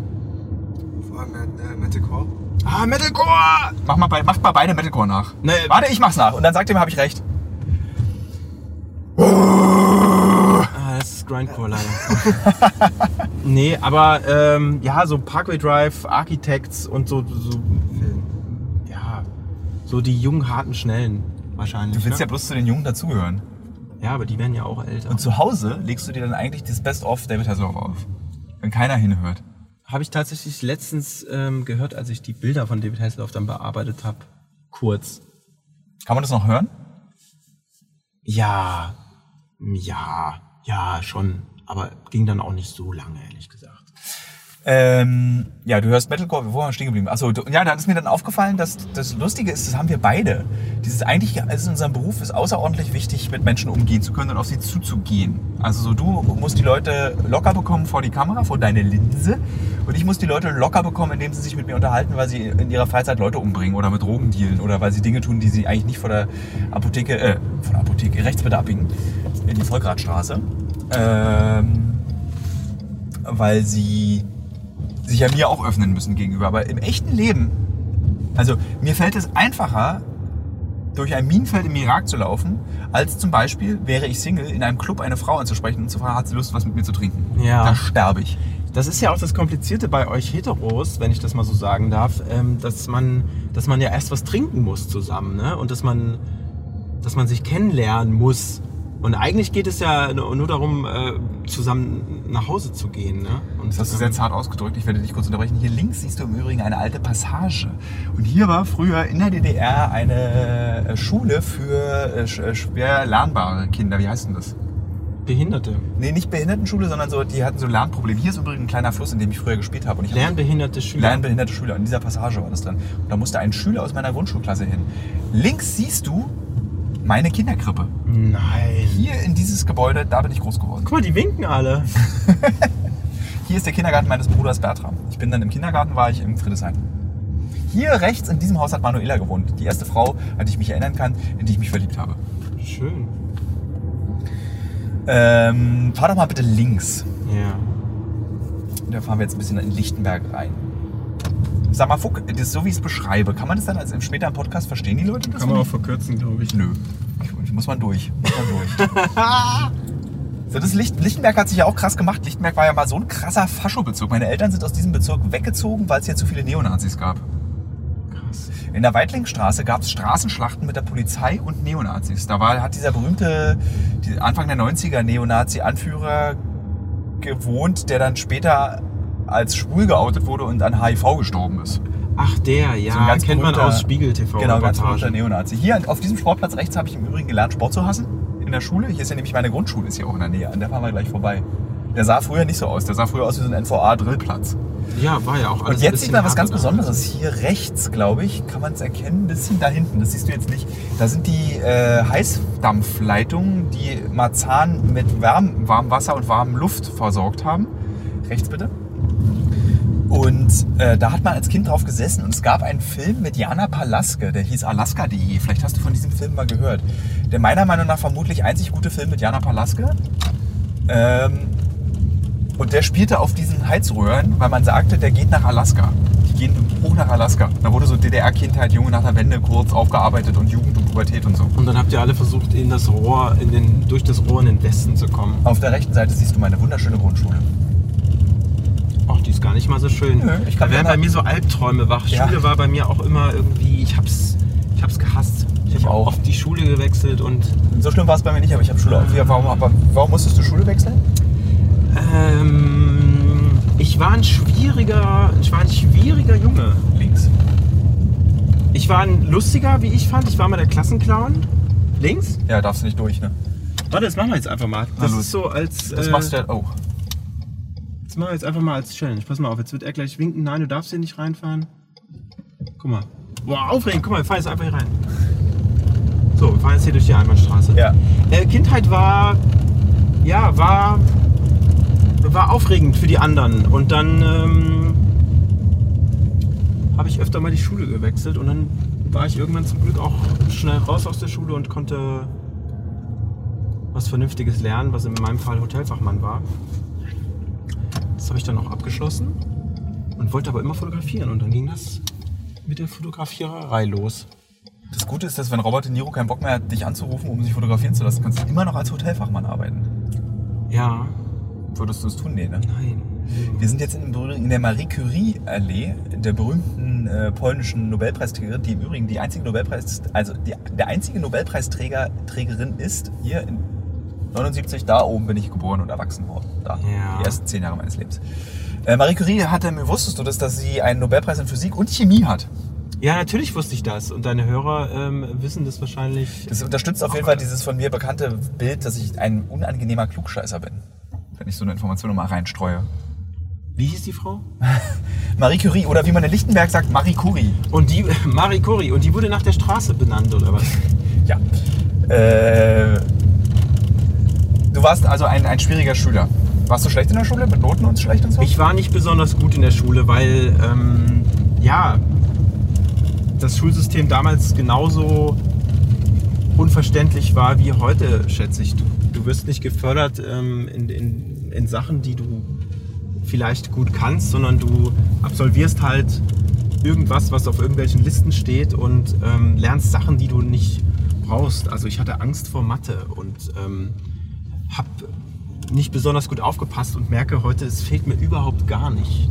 Speaker 3: Vor allem äh, Metalcore.
Speaker 2: Ah, Metalcore!
Speaker 1: Mach mal, bei, macht mal beide Metalcore nach.
Speaker 2: Nee.
Speaker 1: Warte, ich mach's nach und dann sagt ihr mir, hab ich recht.
Speaker 2: Ah, das ist Grindcore leider. nee, aber ähm, ja, so Parkway Drive, Architects und so, so ja, so die jungen, harten, schnellen wahrscheinlich.
Speaker 1: Du willst ja
Speaker 2: ne?
Speaker 1: bloß zu den Jungen dazugehören.
Speaker 2: ja, aber die werden ja auch älter.
Speaker 1: Und zu Hause legst du dir dann eigentlich das Best-of David Hasselhoff auf. Wenn keiner hinhört.
Speaker 2: Habe ich tatsächlich letztens ähm, gehört, als ich die Bilder von David Hasselhoff dann bearbeitet habe. Kurz.
Speaker 1: Kann man das noch hören?
Speaker 2: Ja, ja, ja, schon. Aber ging dann auch nicht so lange, ehrlich gesagt.
Speaker 1: Ähm, ja, du hörst Metalcore, wo waren wir stehen geblieben? Achso, du- ja, dann ist mir dann aufgefallen, dass das Lustige ist, das haben wir beide. Dieses eigentlich, also in unserem Beruf ist außerordentlich wichtig, mit Menschen umgehen zu können und auf sie zuzugehen. Also so, du musst die Leute locker bekommen vor die Kamera, vor deine Linse. Und ich muss die Leute locker bekommen, indem sie sich mit mir unterhalten, weil sie in ihrer Freizeit Leute umbringen oder mit Drogen dealen oder weil sie Dinge tun, die sie eigentlich nicht vor der Apotheke, äh, vor der Apotheke, rechts bitte abbiegen, in die Volkradstraße. Ähm, weil sie sich ja mir auch öffnen müssen gegenüber. Aber im echten Leben, also mir fällt es einfacher, durch ein Minenfeld im Irak zu laufen, als zum Beispiel, wäre ich Single, in einem Club eine Frau anzusprechen und zu fragen, hat sie Lust, was mit mir zu trinken?
Speaker 2: Ja.
Speaker 1: Da sterbe ich.
Speaker 2: Das ist ja auch das Komplizierte bei euch Heteros, wenn ich das mal so sagen darf, ähm, dass, man, dass man ja erst was trinken muss zusammen ne? und dass man, dass man sich kennenlernen muss. Und eigentlich geht es ja nur nur darum, äh, zusammen nach Hause zu gehen. Ne? Und
Speaker 1: Das hast du
Speaker 2: ähm,
Speaker 1: sehr zart ausgedrückt. Ich werde dich kurz unterbrechen. Hier links siehst du im Übrigen eine alte Passage. Und hier war früher in der DDR eine äh, Schule für äh, sch- äh, schwer lernbare Kinder. Wie heißt denn das?
Speaker 2: Behinderte.
Speaker 1: Nee, nicht Behindertenschule, sondern so, die hatten so Lernprobleme. Hier ist übrigens ein kleiner Fluss, in dem ich früher gespielt habe. Und ich habe-
Speaker 2: Lernbehinderte Schüler.
Speaker 1: lernbehinderte Schüler. In dieser Passage war das drin. Und da musste ein Schüler aus meiner Grundschulklasse hin. Links siehst du meine Kinderkrippe.
Speaker 2: Nein.
Speaker 1: Hier in dieses Gebäude, da bin ich groß geworden.
Speaker 2: Guck mal, die winken alle.
Speaker 1: Hier ist der Kindergarten meines Bruders Bertram. Ich bin dann im Kindergarten, war ich im Friedesheim. Hier rechts in diesem Haus hat Manuela gewohnt. Die erste Frau, an die ich mich erinnern kann, in die ich mich verliebt habe.
Speaker 2: Schön.
Speaker 1: Ähm, fahr doch mal bitte links.
Speaker 2: Ja.
Speaker 1: Und Da fahren wir jetzt ein bisschen in Lichtenberg rein. Sag mal, Fuck, das ist so wie ich es beschreibe. Kann man das dann als im späteren Podcast verstehen, die Leute? das,
Speaker 2: Kann
Speaker 1: wenn
Speaker 2: man
Speaker 1: die-
Speaker 2: auch verkürzen, glaube ich.
Speaker 1: Nö. Ich- Muss man durch. Muss man durch. So, das Licht, Lichtenberg hat sich ja auch krass gemacht. Lichtenberg war ja mal so ein krasser Faschobezirk. Meine Eltern sind aus diesem Bezirk weggezogen, weil es hier zu viele Neonazis gab.
Speaker 2: Krass.
Speaker 1: In der Weitlingstraße gab es Straßenschlachten mit der Polizei und Neonazis. Da war, hat dieser berühmte die Anfang der 90er Neonazi-Anführer gewohnt, der dann später als schwul geoutet wurde und an HIV gestorben ist.
Speaker 2: Ach, der, ja.
Speaker 1: So ein ganz
Speaker 2: kennt man
Speaker 1: berühmter-
Speaker 2: aus Spiegel TV.
Speaker 1: Genau, ganz berühmter Neonazi. Hier auf diesem Sportplatz rechts habe ich im Übrigen gelernt, Sport zu hassen. In der Schule. Hier ist ja nämlich meine Grundschule, ist hier auch in der Nähe. An der fahren wir gleich vorbei. Der sah früher nicht so aus. Der sah früher aus wie so ein NVA-Drillplatz.
Speaker 2: Ja, war ja auch alles
Speaker 1: Und
Speaker 2: ein
Speaker 1: jetzt sieht
Speaker 2: bisschen
Speaker 1: man was ganz
Speaker 2: härter damals.
Speaker 1: Besonderes. Hier rechts, glaube ich, kann man es erkennen, ein bisschen da hinten. Das siehst du jetzt nicht. Da sind die äh, Heißdampfleitungen, die Marzahn mit warm, warmem Wasser und warmen Luft versorgt haben. Rechts bitte. Und äh, da hat man als Kind drauf gesessen und es gab einen Film mit Jana Palaske, der hieß Alaska.de. Vielleicht hast du von diesem Film mal gehört. Der meiner Meinung nach vermutlich einzig gute Film mit Jana Palaske. Ähm, und der spielte auf diesen Heizröhren, weil man sagte, der geht nach Alaska. die gehen hoch nach Alaska. Da wurde so DDR-Kindheit, Junge nach der Wende kurz aufgearbeitet und Jugend und Pubertät und so.
Speaker 2: Und dann habt ihr alle versucht, in das Rohr, in den, durch das Rohr in den Westen zu kommen.
Speaker 1: Auf der rechten Seite siehst du meine wunderschöne Grundschule.
Speaker 2: Ach, die ist gar nicht mal so schön.
Speaker 1: Nö, ich kann
Speaker 2: da wären
Speaker 1: gerne-
Speaker 2: bei mir so Albträume wach.
Speaker 1: Ja.
Speaker 2: Schule war bei mir auch immer irgendwie, ich hab's, ich hab's gehasst. Ich,
Speaker 1: Ich
Speaker 2: hab
Speaker 1: auch.
Speaker 2: oft die Schule gewechselt und
Speaker 1: So schlimm war es bei mir nicht, aber ich habe Schule. Wie- Warum, aber warum musstest du Schule wechseln?
Speaker 2: ähm, ich war ein schwieriger, ich war ein schwieriger Junge.
Speaker 1: Links.
Speaker 2: Ich war ein lustiger, wie ich fand. Ich war mal der Klassenclown. Links?
Speaker 1: Ja, darfst du nicht durch, ne?
Speaker 2: Warte, das machen wir jetzt einfach mal.
Speaker 1: Na
Speaker 2: Das
Speaker 1: los.
Speaker 2: ist so als.
Speaker 1: Das
Speaker 2: äh,
Speaker 1: machst du ja auch.
Speaker 2: Das machen wir jetzt einfach mal als Challenge. Pass mal auf, jetzt wird er gleich winken. Nein, du darfst hier nicht reinfahren. Guck mal. Boah, aufregend. Guck mal, wir fahren jetzt einfach hier rein. So, wir fahren jetzt hier durch die Einbahnstraße.
Speaker 1: Ja.
Speaker 2: Äh, Kindheit war. Ja, war. War aufregend für die anderen. Und dann. Ähm, habe ich öfter mal die Schule gewechselt und dann war ich irgendwann zum Glück auch schnell raus aus der Schule und konnte was Vernünftiges lernen, was in meinem Fall Hotelfachmann war. Das habe ich dann auch abgeschlossen und wollte aber immer fotografieren. Und dann ging das mit der Fotografiererei los.
Speaker 1: Das Gute ist, dass wenn Robert De Niro keinen Bock mehr hat, dich anzurufen, um sich fotografieren zu lassen, kannst du immer noch als Hotelfachmann arbeiten.
Speaker 2: Ja,
Speaker 1: Würdest du es tun? Nee, ne?
Speaker 2: nein.
Speaker 1: Wir sind jetzt in, Berührung- in der Marie Curie-Allee, der berühmten äh, polnischen Nobelpreisträgerin, die im Übrigen die einzige Nobelpreis, also die, der einzige Nobelpreisträger Trägerin ist hier in 79, da oben bin ich geboren und erwachsen worden. Da.
Speaker 2: Ja.
Speaker 1: Die ersten zehn Jahre meines Lebens. Äh, Marie Curie hatte, wusstest du das, dass sie einen Nobelpreis in Physik und Chemie hat?
Speaker 2: Ja, natürlich wusste ich das. Und deine Hörer ähm, wissen das wahrscheinlich.
Speaker 1: Das unterstützt auf jeden Fall dieses von mir bekannte Bild, dass ich ein unangenehmer Klugscheißer bin. Wenn ich so eine Information nochmal reinstreue.
Speaker 2: Wie hieß die Frau?
Speaker 1: Marie Curie oder wie man in Lichtenberg sagt, Marie Curie.
Speaker 2: Und die, Marie Curie. Und die wurde nach der Straße benannt, oder was?
Speaker 1: Ja. Äh, du warst also ein, ein schwieriger Schüler. Warst du schlecht in der Schule? Mit Noten und schlecht und so?
Speaker 2: Ich war nicht besonders gut in der Schule, weil, ähm, ja, das Schulsystem damals genauso unverständlich war wie heute, schätze ich. Du, du wirst nicht gefördert ähm, in, in, in Sachen, die du vielleicht gut kannst, sondern du absolvierst halt irgendwas, was auf irgendwelchen Listen steht und ähm, lernst Sachen, die du nicht brauchst. Also ich hatte Angst vor Mathe und ähm, habe nicht besonders gut aufgepasst und merke heute, es fehlt mir überhaupt gar nicht.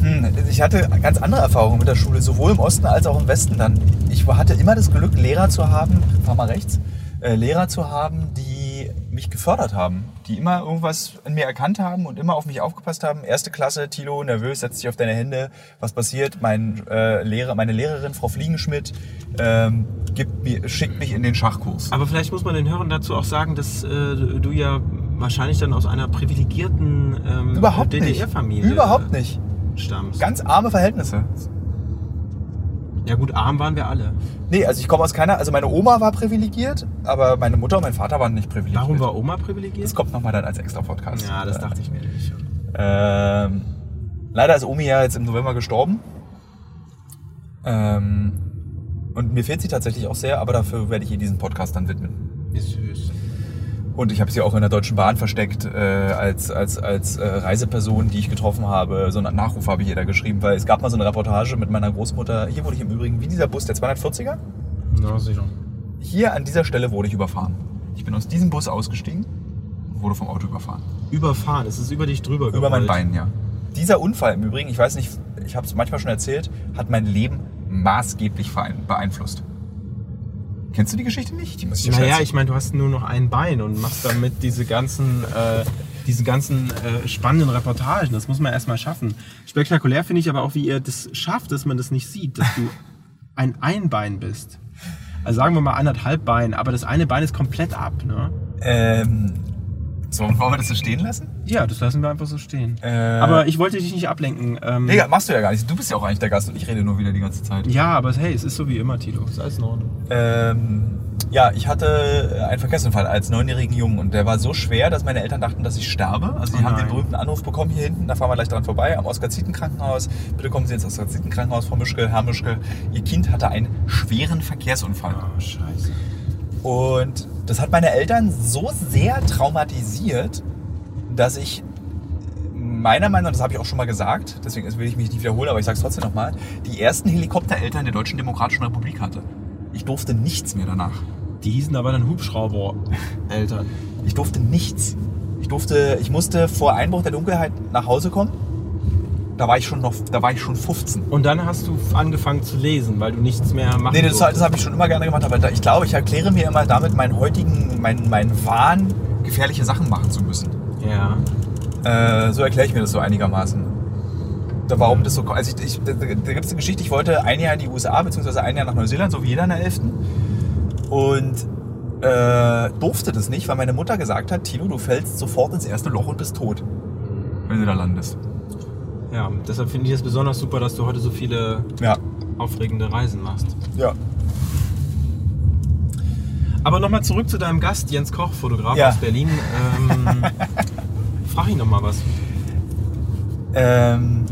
Speaker 1: Hm, ich hatte ganz andere Erfahrungen mit der Schule, sowohl im Osten als auch im Westen dann. Ich hatte immer das Glück, Lehrer zu haben, fahr mal rechts, äh, Lehrer zu haben, die mich gefördert haben, die immer irgendwas in mir erkannt haben und immer auf mich aufgepasst haben. Erste Klasse, Tilo, nervös, setz dich auf deine Hände, was passiert? Mein, äh, Lehrer, meine Lehrerin, Frau Fliegenschmidt, ähm, gibt mir, schickt mich in den Schachkurs.
Speaker 2: Aber vielleicht muss man den Hörern dazu auch sagen, dass äh, du ja wahrscheinlich dann aus einer privilegierten ähm,
Speaker 1: Überhaupt nicht.
Speaker 2: DDR-Familie
Speaker 1: Überhaupt nicht.
Speaker 2: stammst.
Speaker 1: Ganz arme Verhältnisse.
Speaker 2: ja gut, arm waren wir alle.
Speaker 1: Nee, also ich komme aus keiner. Also meine Oma war privilegiert, aber meine Mutter und mein Vater waren nicht privilegiert.
Speaker 2: Warum war Oma
Speaker 1: Das
Speaker 2: privilegiert?
Speaker 1: kommt nochmal dann als extra Podcast.
Speaker 2: Ja, das dachte ich mir nicht.
Speaker 1: Ähm, leider ist Omi ja jetzt im November gestorben. Ähm, und mir fehlt sie tatsächlich auch sehr, aber dafür werde ich ihr diesen Podcast dann widmen.
Speaker 2: Wie süß.
Speaker 1: Und ich habe sie auch in der Deutschen Bahn versteckt, äh, als, als, als äh, Reiseperson, die ich getroffen habe. So einen Nachruf habe ich ihr da geschrieben, weil es gab mal so eine Reportage mit meiner Großmutter. Hier wurde ich im Übrigen, wie dieser Bus, der 240er?
Speaker 2: Na sicher.
Speaker 1: Hier an dieser Stelle wurde ich überfahren. Ich bin aus diesem Bus ausgestiegen und wurde vom Auto überfahren.
Speaker 2: Überfahren, es ist über dich drüber
Speaker 1: Über mein
Speaker 2: gerollt.
Speaker 1: Bein, ja. Dieser Unfall im Übrigen, ich weiß nicht, ich habe es manchmal schon erzählt, hat mein Leben maßgeblich verein- beeinflusst. Kennst du die Geschichte nicht? Die muss ich dir schon
Speaker 2: Naja,
Speaker 1: erzählen.
Speaker 2: ich meine, du hast nur noch ein Bein und machst damit diese ganzen, äh, diese ganzen äh, spannenden Reportagen. Das muss man erstmal schaffen. Spektakulär finde ich aber auch, wie ihr das schafft, dass man das nicht sieht, dass du ein Einbein bist. Also sagen wir mal anderthalb Bein, aber das eine Bein ist komplett ab, ne?
Speaker 1: Ähm, so, und wollen wir das so stehen lassen?
Speaker 2: Ja, das lassen wir einfach so stehen.
Speaker 1: Äh.
Speaker 2: aber ich wollte dich nicht ablenken. Ähm,
Speaker 1: Nee, machst du ja gar nicht. Du bist ja auch eigentlich der Gast und ich rede nur wieder die ganze Zeit.
Speaker 2: ja, aber hey, es ist so wie immer, Tilo. Ist alles in Ordnung.
Speaker 1: Ähm, ja, ich hatte einen Verkehrsunfall als neunjährigen Jungen und der war so schwer, dass meine Eltern dachten, dass ich sterbe. Also die
Speaker 2: Oh
Speaker 1: haben den
Speaker 2: nein.
Speaker 1: berühmten Anruf bekommen hier hinten, da fahren wir gleich dran vorbei, am Oskar-Zieten-Krankenhaus. Bitte kommen Sie ins Oskar-Zieten-Krankenhaus, Frau Mischke, Herr Mischke. Ihr Kind hatte einen schweren Verkehrsunfall.
Speaker 2: Oh, scheiße.
Speaker 1: Und das hat meine Eltern so sehr traumatisiert, dass ich meiner Meinung nach, das habe ich auch schon mal gesagt, deswegen will ich mich nicht wiederholen, aber ich sage es trotzdem nochmal, die ersten Helikoptereltern der Deutschen Demokratischen Republik hatte. Ich durfte nichts mehr danach.
Speaker 2: Die hießen aber dann Hubschrauber-Eltern.
Speaker 1: Ich durfte nichts. Ich durfte, ich musste vor Einbruch der Dunkelheit nach Hause kommen. Da war ich schon noch, da war ich schon 15.
Speaker 2: Und dann hast du angefangen zu lesen, weil du nichts mehr machen
Speaker 1: Nee, das, halt-
Speaker 2: durftest.
Speaker 1: das habe ich schon immer gerne gemacht, aber da, ich glaube, ich erkläre mir immer damit meinen heutigen, meinen, meinen Wahn, gefährliche Sachen machen zu müssen.
Speaker 2: Ja.
Speaker 1: Äh, so erkläre ich mir das so einigermaßen. Da, warum das so kommt. Also ich, ich, da, da gibt es eine Geschichte, ich wollte ein Jahr in die USA, beziehungsweise ein Jahr nach Neuseeland, so wie jeder in der 11. Und äh, durfte das nicht, weil meine Mutter gesagt hat, Tino, du fällst sofort ins erste Loch und bist tot, wenn du da landest.
Speaker 2: Ja, deshalb finde ich es besonders super, dass du heute so viele
Speaker 1: Ja,
Speaker 2: aufregende Reisen machst.
Speaker 1: ja.
Speaker 2: Aber nochmal zurück zu deinem Gast, Jens Koch, Fotograf
Speaker 1: Ja.
Speaker 2: aus Berlin. Ähm, frag ihn nochmal was.
Speaker 1: Ähm,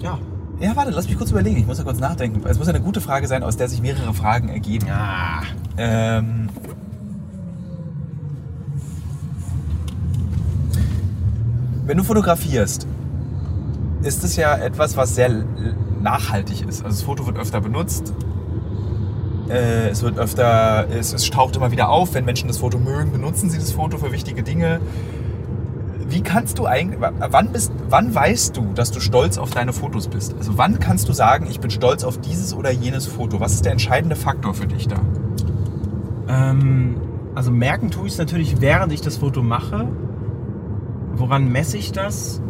Speaker 2: Ja.
Speaker 1: ja, warte, lass mich kurz überlegen, ich muss ja kurz nachdenken. Es muss ja eine gute Frage sein, aus der sich mehrere Fragen ergeben.
Speaker 2: Ja.
Speaker 1: Ähm. Wenn du fotografierst, ist es ja etwas, was sehr l- nachhaltig ist. Also das Foto wird öfter benutzt. Äh, Es wird öfter, es, es taucht immer wieder auf. Wenn Menschen das Foto mögen, benutzen sie das Foto für wichtige Dinge. Wie kannst du eigentlich, w- wann, bist, wann weißt du, dass du stolz auf deine Fotos bist? Also wann kannst du sagen, ich bin stolz auf dieses oder jenes Foto? Was ist der entscheidende Faktor für dich da?
Speaker 2: Ähm, also merken tue ich es natürlich, während ich das Foto mache. Woran messe ich das?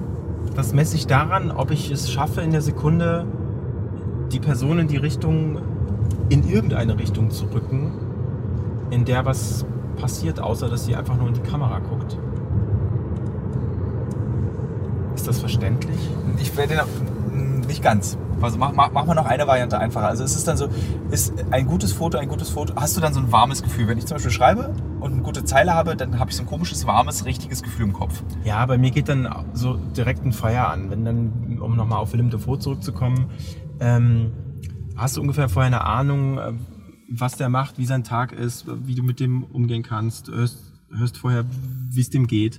Speaker 2: Das messe ich daran, ob ich es schaffe, in der Sekunde die Person in die Richtung, in irgendeine Richtung zu rücken, in der was passiert, außer dass sie einfach nur in die Kamera guckt. Ist das verständlich?
Speaker 1: Ich werde noch, mh, nicht ganz. Also mach, mach, mach mal noch eine Variante einfacher. Also es ist dann so, ist ein gutes Foto, ein gutes Foto. Hast du dann so ein warmes Gefühl? Wenn ich zum Beispiel schreibe und eine gute Zeile habe, dann habe ich so ein komisches, warmes, richtiges Gefühl im Kopf.
Speaker 2: Ja, bei mir geht dann so direkt ein Feuer an. Wenn dann, um nochmal auf Willem Dafoe zurückzukommen, ähm, hast du ungefähr vorher eine Ahnung, äh, was der macht, wie sein Tag ist, wie du mit dem umgehen kannst, hörst, hörst vorher, wie es dem geht.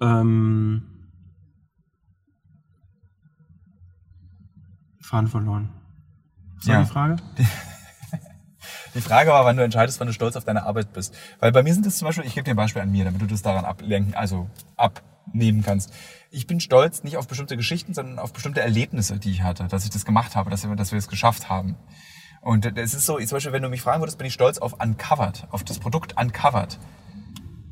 Speaker 2: Ähm, Fahren verloren. Ist
Speaker 1: Ja.
Speaker 2: ja. die Frage?
Speaker 1: Die Frage war, wann du entscheidest, wann du stolz auf deine Arbeit bist. Weil bei mir sind es zum Beispiel, ich gebe dir ein Beispiel an mir, damit du das daran ablenken, also abnehmen kannst. Ich bin stolz nicht auf bestimmte Geschichten, sondern auf bestimmte Erlebnisse, die ich hatte, dass ich das gemacht habe, dass wir, dass wir es geschafft haben. Und es ist so, zum Beispiel, wenn du mich fragen würdest, bin ich stolz auf Uncovered, auf das Produkt Uncovered.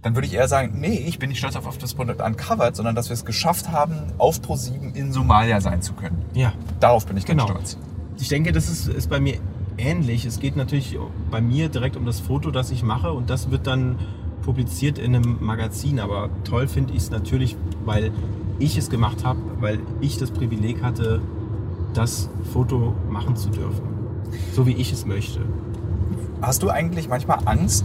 Speaker 1: Dann würde ich eher sagen, nee, ich bin nicht stolz auf, auf das Produkt Uncovered, sondern dass wir es geschafft haben, auf ProSieben in Somalia sein zu können.
Speaker 2: Ja.
Speaker 1: Darauf bin ich ganz
Speaker 2: Genau.
Speaker 1: stolz.
Speaker 2: Ich denke, das ist, ist bei mir ähnlich. Es geht natürlich bei mir direkt um das Foto, das ich mache und das wird dann publiziert in einem Magazin. Aber toll finde ich es natürlich, weil ich es gemacht habe, weil ich das Privileg hatte, das Foto machen zu dürfen. So wie ich es möchte.
Speaker 1: Hast du eigentlich manchmal Angst?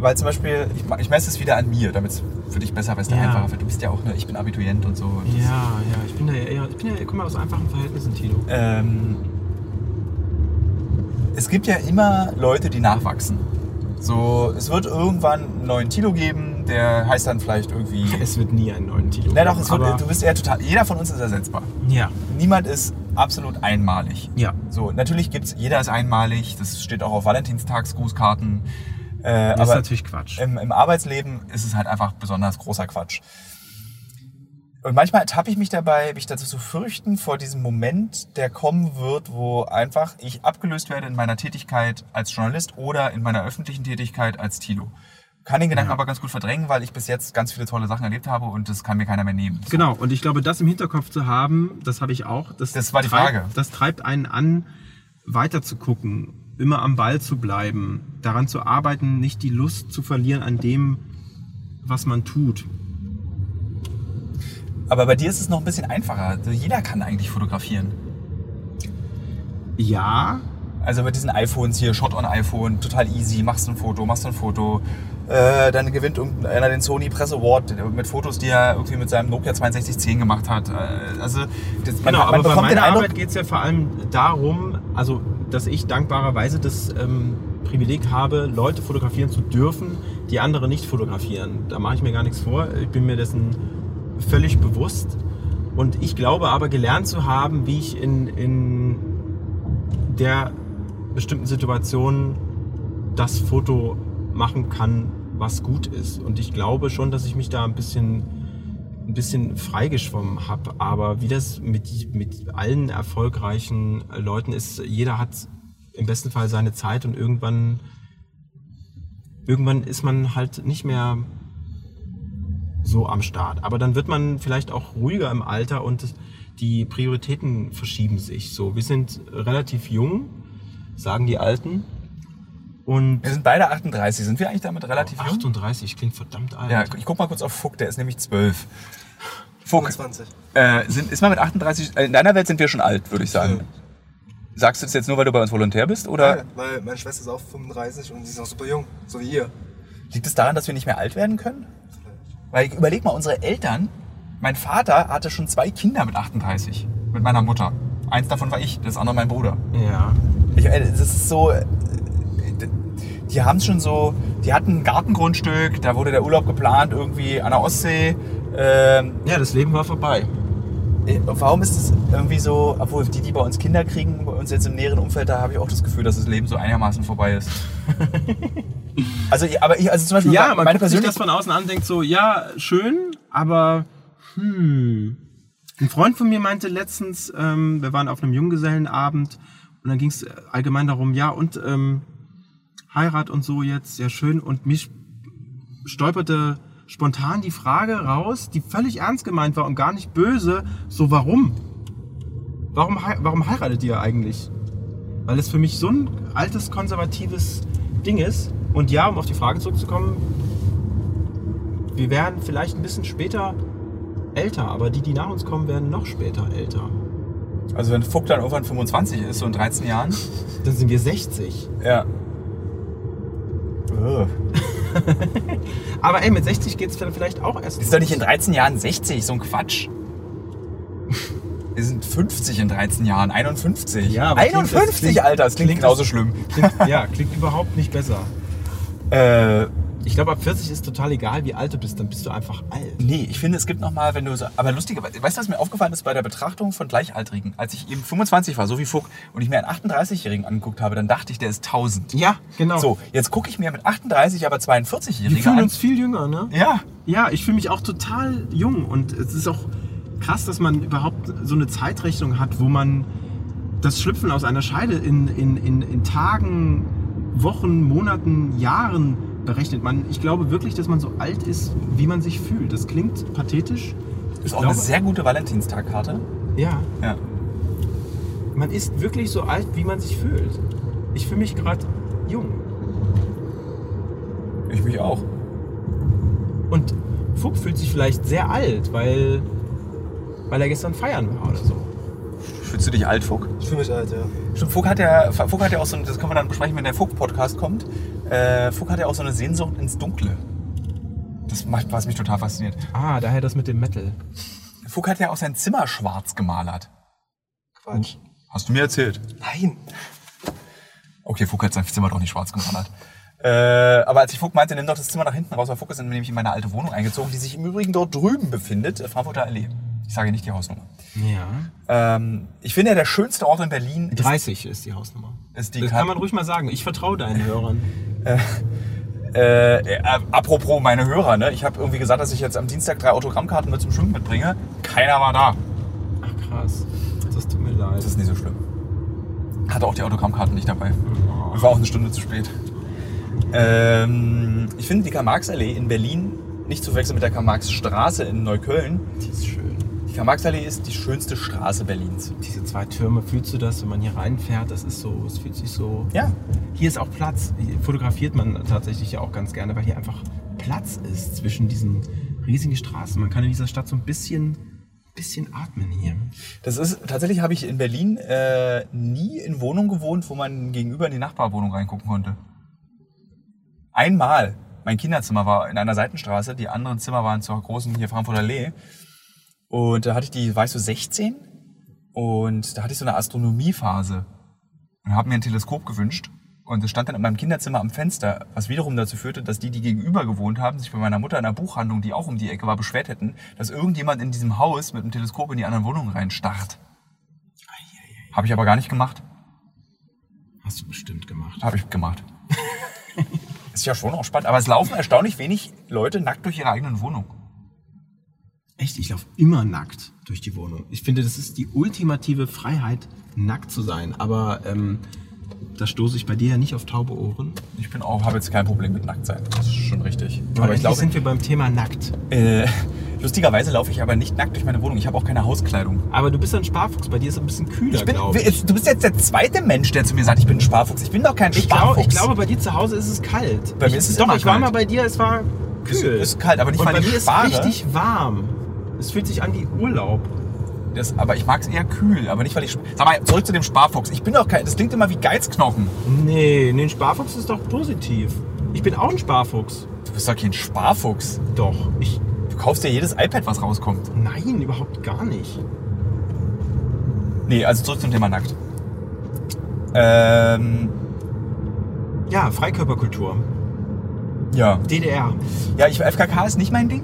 Speaker 1: Weil zum Beispiel, ich, ich messe es wieder an mir, damit es für dich besser, weil es
Speaker 2: Ja.
Speaker 1: einfacher wird. Du bist ja auch, ne, ich bin Abiturient und so. Und das-
Speaker 2: Ja, ja, ich bin da ja eher, ich bin ja, guck mal, aus einfachen Verhältnissen, Tilo.
Speaker 1: Ähm, es gibt ja immer Leute, die nachwachsen. So, es wird irgendwann einen neuen Tilo geben, der heißt dann vielleicht irgendwie.
Speaker 2: Es wird nie einen neuen Tilo.
Speaker 1: Na doch, es
Speaker 2: geben,
Speaker 1: wird,
Speaker 2: aber-
Speaker 1: du bist eher total. Jeder von uns ist ersetzbar.
Speaker 2: Ja,
Speaker 1: Niemand ist absolut einmalig.
Speaker 2: ja.
Speaker 1: So, natürlich gibt's, jeder ist einmalig, das steht auch auf Valentinstagsgrußkarten. Äh,
Speaker 2: Das ist
Speaker 1: aber
Speaker 2: natürlich Quatsch.
Speaker 1: im, im Arbeitsleben ist es halt einfach besonders großer Quatsch. Und manchmal ertappe ich mich dabei, mich dazu zu fürchten vor diesem Moment, der kommen wird, wo einfach ich abgelöst werde in meiner Tätigkeit als Journalist oder in meiner öffentlichen Tätigkeit als Tilo. Kann den Gedanken aber ganz gut verdrängen, weil ich bis jetzt ganz viele tolle Sachen erlebt habe und das kann mir keiner mehr nehmen.
Speaker 2: Genau, und ich glaube, das im Hinterkopf zu haben, das habe ich auch. Das,
Speaker 1: Das war die
Speaker 2: treibt,
Speaker 1: Frage.
Speaker 2: Das treibt einen an, weiter zu gucken, immer am Ball zu bleiben, daran zu arbeiten, nicht die Lust zu verlieren an dem, was man tut.
Speaker 1: Aber bei dir ist es noch ein bisschen einfacher. Also Jeder kann eigentlich fotografieren.
Speaker 2: Ja,
Speaker 1: Also mit diesen iPhones hier, Shot-on-iPhone, total easy, machst ein Foto, machst ein Foto. Äh, dann gewinnt irgendeiner den Sony Press Award mit Fotos, die er irgendwie mit seinem Nokia 6210 gemacht hat. Äh, also das, man,
Speaker 2: genau,
Speaker 1: man
Speaker 2: aber bei
Speaker 1: bekommt den
Speaker 2: meiner
Speaker 1: Eindruck,
Speaker 2: Arbeit geht es ja vor allem darum, also dass ich dankbarerweise das ähm, Privileg habe, Leute fotografieren zu dürfen, die andere nicht fotografieren. Da mache ich mir gar nichts vor. Ich bin mir dessen völlig bewusst. Und ich glaube aber gelernt zu haben, wie ich in, in der bestimmten Situation das Foto machen kann, was gut ist. Und ich glaube schon, dass ich mich da ein bisschen, ein bisschen freigeschwommen habe. Aber wie das mit, mit allen erfolgreichen Leuten ist, jeder hat im besten Fall seine Zeit und irgendwann, irgendwann ist man halt nicht mehr so am Start. Aber dann wird man vielleicht auch ruhiger im Alter und das- die Prioritäten verschieben sich. So, wir sind relativ jung, sagen die Alten. Und
Speaker 1: Wir sind beide 38. Sind wir eigentlich damit relativ jung?
Speaker 2: 38 klingt verdammt alt.
Speaker 1: Ja, ich guck mal kurz auf Fuck, der ist nämlich 12. Fuck,
Speaker 3: 20.
Speaker 1: äh, sind, ist man mit 38, äh, in deiner Welt sind wir schon alt, würde ich sagen. Sagst du das jetzt nur, weil du bei uns Volontär bist? Oder
Speaker 3: Nein, weil meine Schwester ist auch 35 und sie ist noch super jung. So wie ihr.
Speaker 1: liegt es daran, dass wir nicht mehr alt werden können? Weil ich überleg mal, unsere Eltern, mein Vater hatte schon zwei Kinder mit 38, mit meiner Mutter. Eins davon war ich, das andere mein Bruder.
Speaker 2: Ja.
Speaker 1: Ich, äh, das ist so. äh, d- Die haben schon so. Die hatten ein Gartengrundstück, da wurde der Urlaub geplant, irgendwie an der Ostsee. Ähm,
Speaker 2: ja, das Leben war vorbei.
Speaker 1: äh, warum ist es irgendwie so, obwohl die, die bei uns Kinder kriegen, bei uns jetzt im näheren Umfeld, da habe ich auch das Gefühl, dass das Leben so einigermaßen vorbei ist. also, ich- aber ich, also zum Beispiel,
Speaker 2: Ja,
Speaker 1: meine
Speaker 2: man meine guckt sich
Speaker 1: persönliche-
Speaker 2: das von außen an und denkt so, ja, schön, aber hm. Ein Freund von mir meinte letztens, ähm, wir waren auf einem Junggesellenabend und dann ging es allgemein darum, ja, und ähm, Heirat und so jetzt, ja schön. Und mich stolperte spontan die Frage raus, die völlig ernst gemeint war und gar nicht böse, so warum? Warum, hei- warum heiratet ihr eigentlich? weil es für mich so ein altes konservatives Ding ist. Und ja, um auf die Frage zurückzukommen, wir werden vielleicht ein bisschen später älter, aber die, die nach uns kommen, werden noch später älter.
Speaker 1: Also wenn Fuck dann irgendwann 25 ist, so in 13 Jahren.
Speaker 2: Dann sind wir 60.
Speaker 1: Ja.
Speaker 2: Aber ey, mit 60 geht es vielleicht auch erst.
Speaker 1: Ist doch nicht in 13 Jahren 60, so ein Quatsch. Wir sind 50 in 13 Jahren, 51.
Speaker 2: Ja, aber klingt das-
Speaker 1: 51,
Speaker 2: klingt-
Speaker 1: Alter, das klingt,
Speaker 2: klingt
Speaker 1: genauso
Speaker 2: das-
Speaker 1: schlimm.
Speaker 2: Klingt, ja, klingt überhaupt nicht besser.
Speaker 1: Äh,
Speaker 2: Ich glaube, ab 40 ist total egal, wie alt du bist, dann bist du einfach alt.
Speaker 1: nee, ich finde, es gibt nochmal, wenn du so. Aber lustigerweise, weißt du, was mir aufgefallen ist bei der Betrachtung von Gleichaltrigen? Als ich eben 25 war, so wie Fuck, und ich mir einen 38-Jährigen angeguckt habe, dann dachte ich, der ist 1000.
Speaker 2: Ja, genau.
Speaker 1: So, jetzt gucke ich mir mit 38, aber
Speaker 2: wir
Speaker 1: 42-Jährigen
Speaker 2: fühlen
Speaker 1: an.
Speaker 2: uns viel jünger, ne?
Speaker 1: Ja.
Speaker 2: Ja, ich fühle mich auch total jung und es ist auch krass, dass man überhaupt so eine Zeitrechnung hat, wo man das Schlüpfen aus einer Scheide in, in, in, in Tagen, Wochen, Monaten, Jahren berechnet. Man, ich glaube wirklich, dass man so alt ist, wie man sich fühlt. Das klingt pathetisch.
Speaker 1: Ist
Speaker 2: Ich
Speaker 1: auch eine
Speaker 2: glaube-
Speaker 1: sehr gute Valentinstagkarte.
Speaker 2: Ja,
Speaker 1: Ja.
Speaker 2: man ist wirklich so alt, wie man sich fühlt. Ich fühle mich gerade jung.
Speaker 1: Ich mich auch.
Speaker 2: Und Fuck fühlt sich vielleicht sehr alt, weil, weil er gestern feiern war oder so.
Speaker 1: Fühlst du dich alt, Fuck?
Speaker 3: Ich fühle mich alt, ja.
Speaker 1: Stimmt, Vogt hat ja, Vogt hat ja auch so, ein- das können wir dann besprechen, wenn der Vogt-Podcast kommt. Äh, Vogt hat ja auch so eine Sehnsucht ins Dunkle. Das macht, was mich total fasziniert.
Speaker 2: Ah, daher das mit dem Metal.
Speaker 1: Vogt hat ja auch sein Zimmer schwarz gemalert.
Speaker 3: Quatsch.
Speaker 1: Hast du mir erzählt?
Speaker 3: Nein.
Speaker 1: Okay, Vogt hat sein Zimmer doch nicht schwarz gemalert. Äh, aber als ich Vogt meinte, nimm doch das Zimmer nach hinten raus, weil Vogt ist nämlich in meine alte Wohnung eingezogen, die sich im Übrigen dort drüben befindet, äh, Frankfurter Allee. Ich sage nicht die Hausnummer.
Speaker 2: Ja.
Speaker 1: Ähm, ich finde ja, der schönste Ort in Berlin ist
Speaker 2: 30 ist die Hausnummer.
Speaker 1: Ist die
Speaker 2: das
Speaker 1: Karte-
Speaker 2: kann man ruhig mal sagen. Ich vertraue deinen Hörern.
Speaker 1: Äh, äh, apropos meine Hörer, ne? Ich habe irgendwie gesagt, dass ich jetzt am Dienstag drei Autogrammkarten mit zum Schwimmen mitbringe. Keiner war da.
Speaker 2: Ach krass. Das tut mir leid.
Speaker 1: Das ist nicht so schlimm. Hatte auch die Autogrammkarten nicht dabei. Ich war auch eine Stunde zu spät. Ähm, ich finde die Karl-Marx-Allee in Berlin nicht zu verwechseln mit der Karl-Marx-Straße in Neukölln.
Speaker 2: Die ist schön.
Speaker 1: Die Karl-Marx-Allee ist die schönste Straße Berlins.
Speaker 2: Diese zwei Türme, fühlst du das, wenn man hier reinfährt? Das ist so, es fühlt sich so.
Speaker 1: Ja.
Speaker 2: Hier ist auch Platz. Hier fotografiert man tatsächlich ja auch ganz gerne, weil hier einfach Platz ist zwischen diesen riesigen Straßen. Man kann in dieser Stadt so ein bisschen, bisschen atmen hier.
Speaker 1: Das ist, tatsächlich habe ich in Berlin äh, nie in Wohnungen gewohnt, wo man gegenüber in die Nachbarwohnung reingucken konnte. Einmal. Mein Kinderzimmer war in einer Seitenstraße, die anderen Zimmer waren zur großen hier Frankfurter Allee. Und da hatte ich die, weißt du, 16 und da hatte ich so eine Astronomiephase und habe mir ein Teleskop gewünscht. Und das stand dann in meinem Kinderzimmer am Fenster, was wiederum dazu führte, dass die, die gegenüber gewohnt haben, sich bei meiner Mutter in einer Buchhandlung, die auch um die Ecke war, beschwert hätten, dass irgendjemand in diesem Haus mit einem Teleskop in die anderen Wohnungen reinstarrt. Habe ich aber gar nicht gemacht.
Speaker 2: Hast du bestimmt gemacht.
Speaker 1: Habe ich gemacht. ist ja schon auch spannend. Aber es laufen erstaunlich wenig Leute nackt durch ihre eigenen Wohnung.
Speaker 2: Echt, ich laufe immer nackt durch die Wohnung. Ich finde, das ist die ultimative Freiheit, nackt zu sein. Aber ähm, da stoße ich bei dir ja nicht auf taube Ohren.
Speaker 1: Ich bin auch, habe jetzt kein Problem mit Nacktsein. Das ist schon richtig.
Speaker 2: Aber ich glaube, sind wir beim Thema nackt.
Speaker 1: äh, lustigerweise laufe ich aber nicht nackt durch meine Wohnung. Ich habe auch keine Hauskleidung.
Speaker 2: Aber du bist ja ein Sparfuchs, bei dir ist es ein bisschen kühler,
Speaker 1: Ich bin,
Speaker 2: glaube ich.
Speaker 1: du bist jetzt der zweite Mensch, der zu mir sagt, ich bin ein Sparfuchs. Ich bin doch kein
Speaker 2: Ich, glaub,
Speaker 1: Sparfuchs.
Speaker 2: ich glaube, bei dir zu Hause ist es kalt.
Speaker 1: Bei mir
Speaker 2: ich,
Speaker 1: ist es
Speaker 2: Doch,
Speaker 1: immer
Speaker 2: ich war
Speaker 1: kalt.
Speaker 2: mal bei dir, es war kühl.
Speaker 1: Es ist kalt, aber nicht,
Speaker 2: Und
Speaker 1: weil
Speaker 2: bei
Speaker 1: ich
Speaker 2: mir
Speaker 1: spare.
Speaker 2: ist richtig warm. Es fühlt sich an wie Urlaub.
Speaker 1: Das, aber ich mag es eher kühl, aber nicht, weil ich. Sag mal, zurück zu dem Sparfuchs. Ich bin doch kein. Das klingt immer wie Geizknochen.
Speaker 2: Nee, nee, ein Sparfuchs ist doch positiv. Ich bin auch ein Sparfuchs.
Speaker 1: Du bist doch kein Sparfuchs.
Speaker 2: Doch, ich.
Speaker 1: Du kaufst dir jedes iPad, was rauskommt.
Speaker 2: Nein, überhaupt gar nicht.
Speaker 1: Nee, also zurück zum Thema nackt. Ähm.
Speaker 2: Ja, Freikörperkultur.
Speaker 1: Ja.
Speaker 2: DDR.
Speaker 1: Ja, ich, FKK ist nicht mein Ding.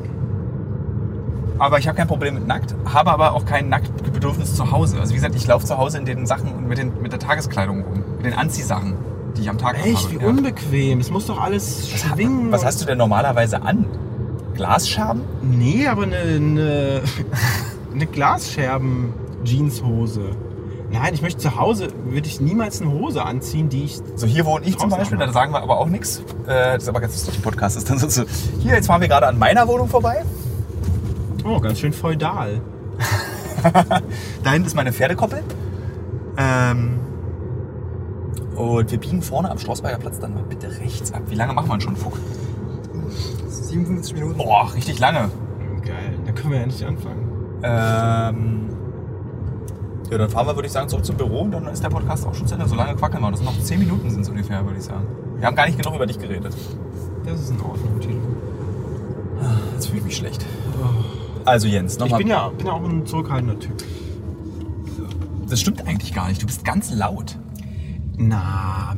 Speaker 1: Aber ich habe kein Problem mit nackt, habe aber auch kein Nacktbedürfnis zu Hause. Also wie gesagt, ich laufe zu Hause in den Sachen und mit, den, mit der Tageskleidung rum. Mit den Anziehsachen, die ich am Tag noch
Speaker 2: Echt,
Speaker 1: habe.
Speaker 2: wie
Speaker 1: Ja.
Speaker 2: unbequem. Es muss doch alles schwingen.
Speaker 1: Was hast du denn normalerweise an? Glasscherben?
Speaker 2: Nee, aber eine, eine, eine Glasscherben-Jeanshose. Nein, ich möchte zu Hause, würde ich niemals eine Hose anziehen, die ich...
Speaker 1: So, hier wohne ich zum
Speaker 2: Draußen
Speaker 1: Beispiel,
Speaker 2: auch noch.
Speaker 1: da sagen wir aber auch nichts. Äh, das ist aber ganz lustig, im Podcast ist dann so. so- Hier, jetzt fahren wir gerade an meiner Wohnung vorbei.
Speaker 2: Oh, ganz schön feudal.
Speaker 1: Da hinten ist meine Pferdekoppel. Ähm, und wir biegen vorne am Schlossberger Platz dann mal bitte rechts ab. Wie lange machen wir denn schon, Fuck?
Speaker 3: 57 Minuten.
Speaker 1: Boah, richtig lange.
Speaker 2: Geil, da können wir ja nicht anfangen.
Speaker 1: Ähm, ja, dann fahren wir, würde ich sagen, zurück zum Büro und dann ist der Podcast auch schon zu Ende. So lange quackeln wir. Das sind noch 10 Minuten sind es ungefähr, würde ich sagen. Wir haben gar nicht genug über dich geredet.
Speaker 2: Das ist in Ordnung, Tilo.
Speaker 1: Jetzt fühle ich mich schlecht. Also Jens,
Speaker 2: Ich
Speaker 1: nochmal.
Speaker 2: bin ja, bin ja auch ein zurückhaltender Typ.
Speaker 1: Das stimmt eigentlich gar nicht. Du bist ganz laut.
Speaker 2: Na,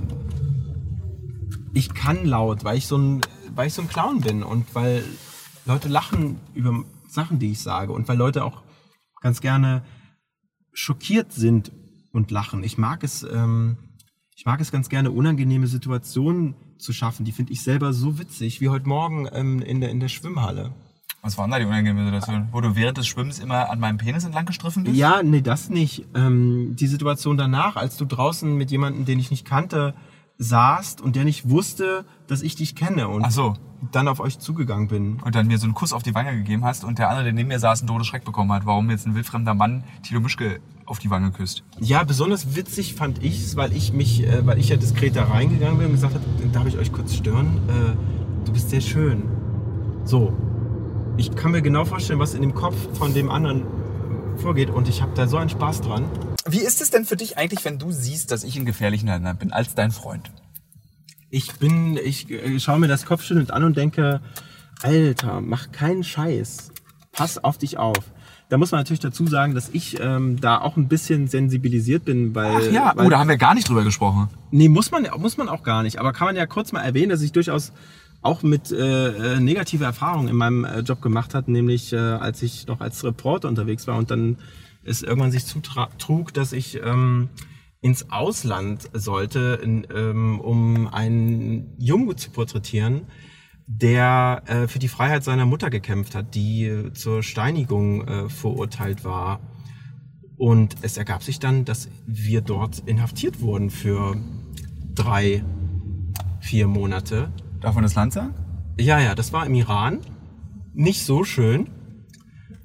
Speaker 2: ich kann laut, weil ich so ein, weil ich so ein Clown bin und weil Leute lachen über Sachen, die ich sage und weil Leute auch ganz gerne schockiert sind und lachen. Ich mag es, ähm, ich mag es ganz gerne, unangenehme Situationen zu schaffen. Die finde ich selber so witzig, wie heute Morgen ähm, in, der, in der Schwimmhalle.
Speaker 1: Was waren da die unangenehmen Situationen? Wo du während des Schwimmens immer an meinem Penis entlang gestriffen bist?
Speaker 2: Ja, nee, das nicht. Ähm, die Situation danach, als du draußen mit jemandem, den ich nicht kannte, saßt und der nicht wusste, dass ich dich kenne und
Speaker 1: Ach so.
Speaker 2: dann auf euch zugegangen bin.
Speaker 1: Und dann mir so einen Kuss auf die Wange gegeben hast und der andere, der neben mir saß, einen Todesschreck bekommen hat, warum jetzt ein wildfremder Mann Tilo Mischke auf die Wange küsst.
Speaker 2: Ja, besonders witzig fand ich es, weil ich mich, äh, weil ich ja diskret da reingegangen bin und gesagt habe, darf ich euch kurz stören? Äh, du bist sehr schön. So. Ich kann mir genau vorstellen, was in dem Kopf von dem anderen vorgeht und ich habe da so einen Spaß dran.
Speaker 1: Wie ist es denn für dich eigentlich, wenn du siehst, dass ich in gefährlichen Ländern bin, als dein Freund?
Speaker 2: Ich bin, ich äh, schaue mir das Kopfschüttelnd an und denke, Alter, mach keinen Scheiß. Pass auf dich auf. Da muss man natürlich dazu sagen, dass ich ähm, da auch ein bisschen sensibilisiert bin, weil.
Speaker 1: Ach ja,
Speaker 2: weil,
Speaker 1: oh, da haben wir gar nicht drüber gesprochen.
Speaker 2: Nee, muss man, muss man auch gar nicht. Aber kann man ja kurz mal erwähnen, dass ich durchaus auch mit äh, äh, negativer Erfahrung in meinem äh, Job gemacht hat, nämlich äh, als ich noch als Reporter unterwegs war und dann es irgendwann sich zutrug, dass ich ähm, ins Ausland sollte, in, ähm, um einen Jungen zu porträtieren, der äh, für die Freiheit seiner Mutter gekämpft hat, die äh, zur Steinigung äh, verurteilt war. Und es ergab sich dann, dass wir dort inhaftiert wurden für drei, vier Monate.
Speaker 1: Darf man das Land sagen?
Speaker 2: Ja, ja, das war im Iran. Nicht so schön,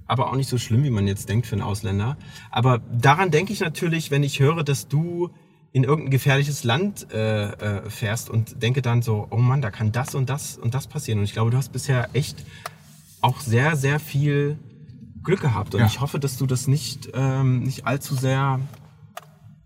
Speaker 2: aber auch nicht so schlimm, wie man jetzt denkt für einen Ausländer. Aber daran denke ich natürlich, wenn ich höre, dass du in irgendein gefährliches Land äh, äh, fährst und denke dann so, oh Mann, da kann das und das und das passieren. Und ich glaube, du hast bisher echt auch sehr, sehr viel Glück gehabt. Und
Speaker 1: Ja.
Speaker 2: ich hoffe, dass du das nicht, ähm, nicht allzu sehr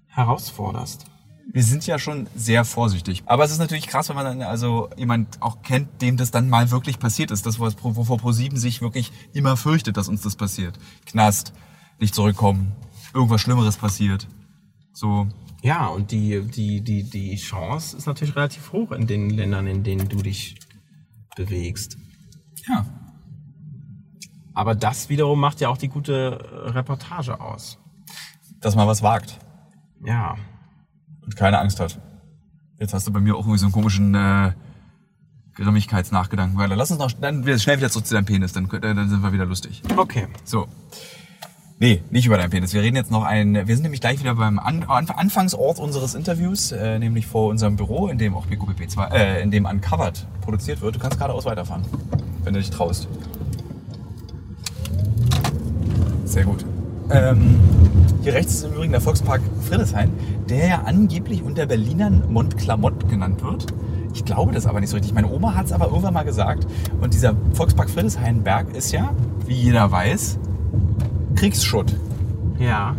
Speaker 2: herausforderst.
Speaker 1: Wir sind ja schon sehr vorsichtig. Aber es ist natürlich krass, wenn man dann also jemand auch kennt, dem das dann mal wirklich passiert ist. Das, was Pro- wovor Pro7 sich wirklich immer fürchtet, dass uns das passiert. Knast, nicht zurückkommen, irgendwas Schlimmeres passiert. So.
Speaker 2: Ja, und die, die, die, die Chance ist natürlich relativ hoch in den Ländern, in denen du dich bewegst.
Speaker 1: Ja.
Speaker 2: Aber das wiederum macht ja auch die gute äh, Reportage aus.
Speaker 1: Dass man was wagt
Speaker 2: Ja.
Speaker 1: und keine Angst hat. Jetzt hast du bei mir auch irgendwie so einen komischen äh, Grimmigkeitsnachgedanken. Warte, Lass uns noch dann wir- schnell wieder zurück zu deinem Penis, dann, könnt- dann sind wir wieder lustig.
Speaker 2: Okay.
Speaker 1: So. Nee, nicht über deinen Penis. Wir reden jetzt noch ein. Wir sind nämlich gleich wieder beim An Anf- Anfangsort unseres Interviews, äh, nämlich vor unserem Büro, in dem auch BQBP 2, äh, in dem Uncovered produziert wird. Du kannst geradeaus weiterfahren, wenn du dich traust. Sehr gut. Ähm, hier rechts ist im Übrigen der Volkspark Friedrichshain, der ja angeblich unter Berlinern Montclamotte genannt wird. Ich glaube das aber nicht so richtig. Meine Oma hat es aber irgendwann mal gesagt. Und dieser Volkspark Friedrichshain-Berg ist ja, wie jeder weiß, Kriegsschutt.
Speaker 2: Ja.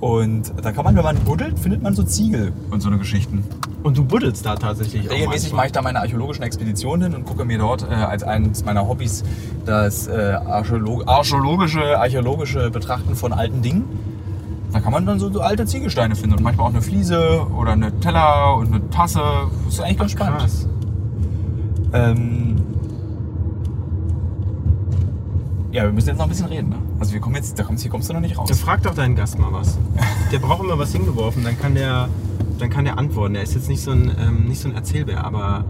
Speaker 1: Und da kann man, wenn man buddelt, findet man so Ziegel und so eine Geschichten.
Speaker 2: Und du buddelst da tatsächlich auch
Speaker 1: Regelmäßig mache
Speaker 2: manchmal.
Speaker 1: ich da meine archäologischen Expeditionen hin und gucke mir dort äh, als eines meiner Hobbys das äh, Archäolo archäologische, archäologische Betrachten von alten Dingen. Da kann man dann so, so alte Ziegelsteine finden und manchmal auch eine Fliese oder eine Teller und eine Tasse. Das ist eigentlich ganz spannend.
Speaker 2: Krass.
Speaker 1: Ähm, ja, wir müssen jetzt noch ein bisschen reden. Ne? Also wir kommen jetzt, da kommst, hier kommst du noch nicht raus.
Speaker 2: Dann frag doch deinen Gast mal was. Der braucht immer was hingeworfen, dann kann der, dann kann der antworten. Der ist jetzt nicht so ein, ähm, nicht so ein Erzählbär, aber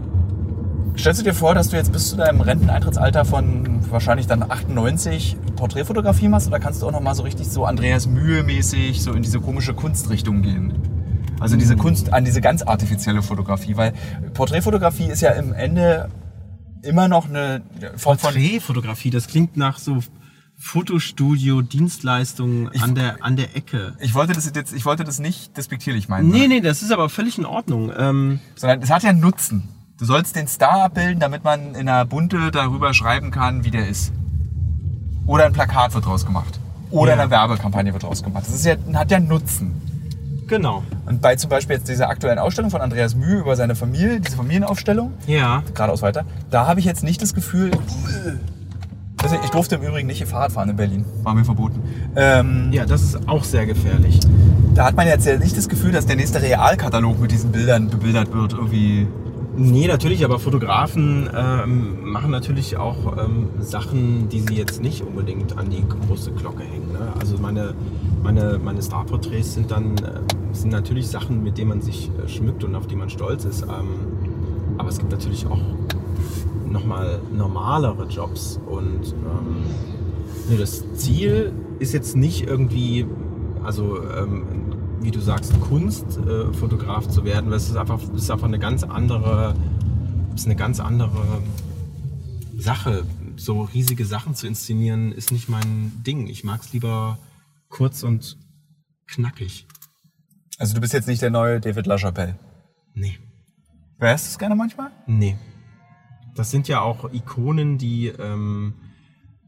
Speaker 1: Stellst du dir vor, dass du jetzt bis zu deinem Renteneintrittsalter von wahrscheinlich dann 98 Porträtfotografie machst oder kannst du auch noch mal so richtig so Andreas Mühe-mäßig so in diese komische Kunstrichtung gehen? Also in diese Kunst, an diese ganz artifizielle Fotografie, weil Porträtfotografie ist ja im Ende immer noch eine Form von
Speaker 2: Porträtfotografie, das klingt nach so Fotostudio, Dienstleistungen an der, an der Ecke.
Speaker 1: ich wollte das jetzt, ich wollte das nicht despektierlich meinen,
Speaker 2: Nee, nee, das ist aber völlig in Ordnung. Ähm,
Speaker 1: sondern es hat ja einen Nutzen. Du sollst den Star abbilden, damit man in einer Bunte darüber schreiben kann, wie der ist. Oder ein Plakat wird draus gemacht. Oder
Speaker 2: Ja.
Speaker 1: eine Werbekampagne wird draus gemacht. Das ist ja, hat ja einen Nutzen.
Speaker 2: genau.
Speaker 1: Und bei zum Beispiel jetzt dieser aktuellen Ausstellung von Andreas Mühe über seine Familie, diese Familienaufstellung,
Speaker 2: Ja.
Speaker 1: geradeaus weiter, da habe ich jetzt nicht das Gefühl. Also ich durfte im Übrigen nicht Fahrrad fahren in Berlin. War mir verboten. Ähm,
Speaker 2: Ja, das ist auch sehr gefährlich.
Speaker 1: Da hat man jetzt ja nicht das Gefühl, dass der nächste Realkatalog mit diesen Bildern bebildert wird. Irgendwie.
Speaker 2: Nee, natürlich, aber Fotografen ähm, machen natürlich auch ähm, Sachen, die sie jetzt nicht unbedingt an die große Glocke hängen. Ne? Also meine, meine, meine Starporträts sind dann äh, sind natürlich Sachen, mit denen man sich äh, schmückt und auf die man stolz ist. Ähm, aber es gibt natürlich auch nochmal normalere Jobs. Und ähm, nur das Ziel ist jetzt nicht irgendwie, also ähm, wie du sagst, Kunstfotograf äh, Fotograf zu werden, weil es ist einfach, es ist einfach eine ganz andere, es ist eine ganz andere Sache. So riesige Sachen zu inszenieren, ist nicht mein Ding. Ich mag es lieber kurz und knackig.
Speaker 1: Also du bist jetzt nicht der neue David LaChapelle.
Speaker 2: Nee.
Speaker 1: Wärst du es gerne manchmal?
Speaker 2: Nee. Das sind ja auch Ikonen, die, ähm,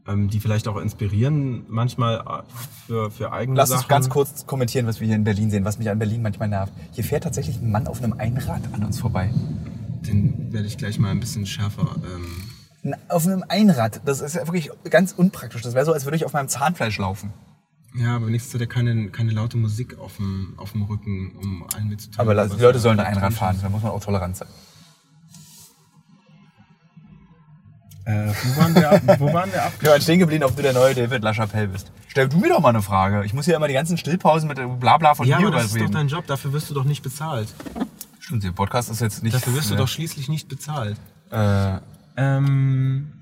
Speaker 2: ähm, die vielleicht auch inspirieren, manchmal äh, für, für eigene
Speaker 1: Lass
Speaker 2: Sachen.
Speaker 1: uns ganz kurz kommentieren, was wir hier in Berlin sehen, was mich an Berlin manchmal nervt. Hier fährt tatsächlich ein Mann auf einem Einrad an uns vorbei.
Speaker 2: Den werde ich gleich mal ein bisschen schärfer. Ähm,
Speaker 1: N- Auf einem Einrad, das ist ja wirklich ganz unpraktisch. Das wäre so, als würde ich auf meinem Zahnfleisch laufen.
Speaker 2: ja, aber wenigstens hat er keine, keine laute Musik auf dem, auf dem Rücken, um allen mitzuteilen.
Speaker 1: Aber la-
Speaker 2: was
Speaker 1: die Leute sollen da
Speaker 2: er
Speaker 1: Einrad
Speaker 2: getan
Speaker 1: fahren, da muss man auch tolerant sein.
Speaker 2: hat. Äh, wo, waren wir, wo waren wir ab?
Speaker 1: Wir waren stehen geblieben, ob du der neue David LaChapelle bist. Stell du mir doch mal eine Frage. Ich muss hier immer die ganzen Stillpausen mit Blabla von
Speaker 2: Ja,
Speaker 1: hier
Speaker 2: aber das
Speaker 1: überreden.
Speaker 2: ist doch dein Job, dafür wirst du doch nicht bezahlt.
Speaker 1: Stimmt, der Podcast ist jetzt nicht...
Speaker 2: Dafür wirst du
Speaker 1: ne?
Speaker 2: doch schließlich nicht bezahlt.
Speaker 1: Äh,
Speaker 2: Ähm,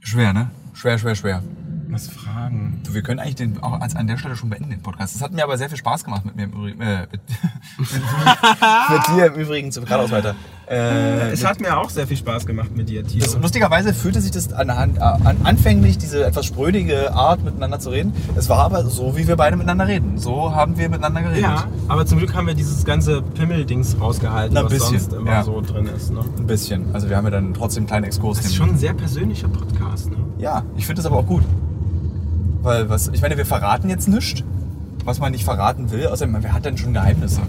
Speaker 1: schwer, ne? Schwer, schwer, schwer.
Speaker 2: was fragen?
Speaker 1: Du, wir können eigentlich den auch als an der Stelle schon beenden, den Podcast. Das hat mir aber sehr viel Spaß gemacht mit mir im Übrigen. Äh, mit, mit dir im Übrigen zum geradeaus weiter. Äh,
Speaker 2: Es hat mir auch sehr viel Spaß gemacht mit dir, Tio.
Speaker 1: das, lustigerweise fühlte sich das anhand, äh, an, anfänglich, diese etwas sprödige Art, miteinander zu reden. Es war aber so, wie wir beide miteinander reden. So haben wir miteinander geredet.
Speaker 2: Ja, aber zum Glück haben wir dieses ganze Pimmel-Dings rausgehalten,
Speaker 1: Na, ein
Speaker 2: was
Speaker 1: bisschen,
Speaker 2: sonst immer
Speaker 1: ja.
Speaker 2: so drin ist. Ne?
Speaker 1: Ein bisschen. Also wir haben ja dann trotzdem einen kleinen Exkurs.
Speaker 2: Das ist
Speaker 1: den-
Speaker 2: schon ein sehr persönlicher Podcast. Ne?
Speaker 1: ja, ich finde das aber auch gut. Weil, was, ich meine, wir verraten jetzt nichts, was man nicht verraten will. Außerdem, wer hat denn schon Geheimnisse?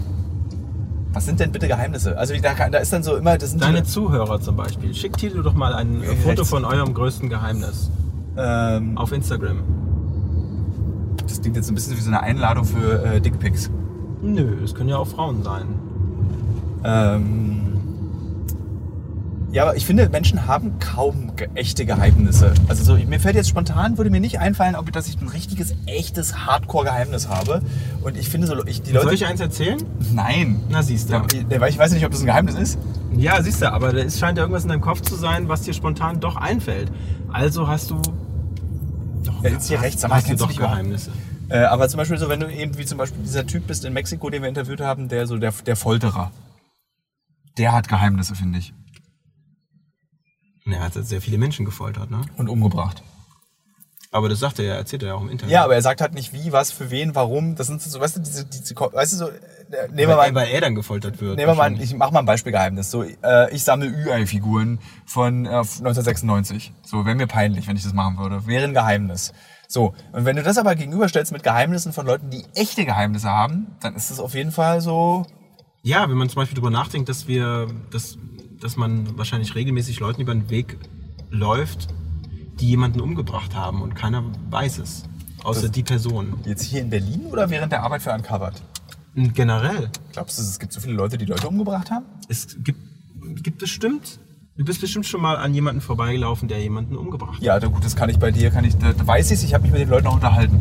Speaker 1: Was sind denn bitte Geheimnisse? Also da, kann- da ist dann so immer... Das sind
Speaker 2: Deine Zuhörer zum Beispiel. Schickt Tilo doch mal ein äh,
Speaker 1: Rechts.
Speaker 2: Foto von eurem größten Geheimnis
Speaker 1: Ähm,
Speaker 2: auf Instagram.
Speaker 1: das klingt jetzt ein bisschen wie so eine Einladung für äh, Dickpics.
Speaker 2: Nö, das können ja auch Frauen sein.
Speaker 1: Ähm, ja, aber ich finde, Menschen haben kaum ge echte Geheimnisse. Also so, mir fällt jetzt spontan, würde mir nicht einfallen, ob dass ich ein richtiges, echtes Hardcore-Geheimnis habe. Und ich finde so, ich, die Leute...
Speaker 2: Soll ich eins erzählen?
Speaker 1: Nein.
Speaker 2: Na, siehst du.
Speaker 1: Ja, ich- weil ich weiß nicht, ob das ein Geheimnis ist.
Speaker 2: Ja, siehst du, aber es scheint ja irgendwas in deinem Kopf zu sein, was dir spontan doch einfällt. Also hast du. Doch,
Speaker 1: Ja, ist hier
Speaker 2: hast-
Speaker 1: rechts, aber
Speaker 2: hast du
Speaker 1: kennst du
Speaker 2: doch
Speaker 1: dich überhaupt?
Speaker 2: Geheimnisse.
Speaker 1: Äh, aber zum Beispiel so, wenn du eben wie zum Beispiel dieser Typ bist in Mexiko, den wir interviewt haben, der so der, der Folterer. Der hat Geheimnisse, finde ich.
Speaker 2: Und Er hat jetzt sehr viele Menschen gefoltert, ne?
Speaker 1: Und umgebracht.
Speaker 2: Aber das sagt er ja, erzählt er ja auch im Internet.
Speaker 1: Ja, aber er sagt halt nicht wie, was, für wen, warum. Das sind so, weißt du, diese, diese Ko- weißt du so, äh, nehmen wir mal
Speaker 2: weil, weil er dann gefoltert wird.
Speaker 1: Nehmen wir mal, ein-
Speaker 2: wahrscheinlich.
Speaker 1: ich mach mal ein Beispielgeheimnis. So, äh, ich sammle Ü-Ei-Figuren von äh, 1996. So, wäre mir peinlich, wenn ich das machen würde. Wäre ein Geheimnis. So, und wenn du das aber gegenüberstellst mit Geheimnissen von Leuten, die echte Geheimnisse haben, dann ist das auf jeden Fall so.
Speaker 2: Ja, wenn man zum Beispiel darüber nachdenkt, dass wir, dass, dass man wahrscheinlich regelmäßig Leuten über den Weg läuft, die jemanden umgebracht haben und keiner weiß es. Außer die Person.
Speaker 1: Jetzt hier in Berlin oder während der Arbeit für Uncovered?
Speaker 2: Und generell,
Speaker 1: Glaubst du, es gibt so viele Leute, die Leute umgebracht haben?
Speaker 2: es gibt, gibt bestimmt, du bist bestimmt schon mal an jemanden vorbeigelaufen, der jemanden umgebracht hat.
Speaker 1: Ja, da- gut, das kann ich bei dir, kann ich, da, da weiß ich ich habe mich mit den Leuten auch unterhalten.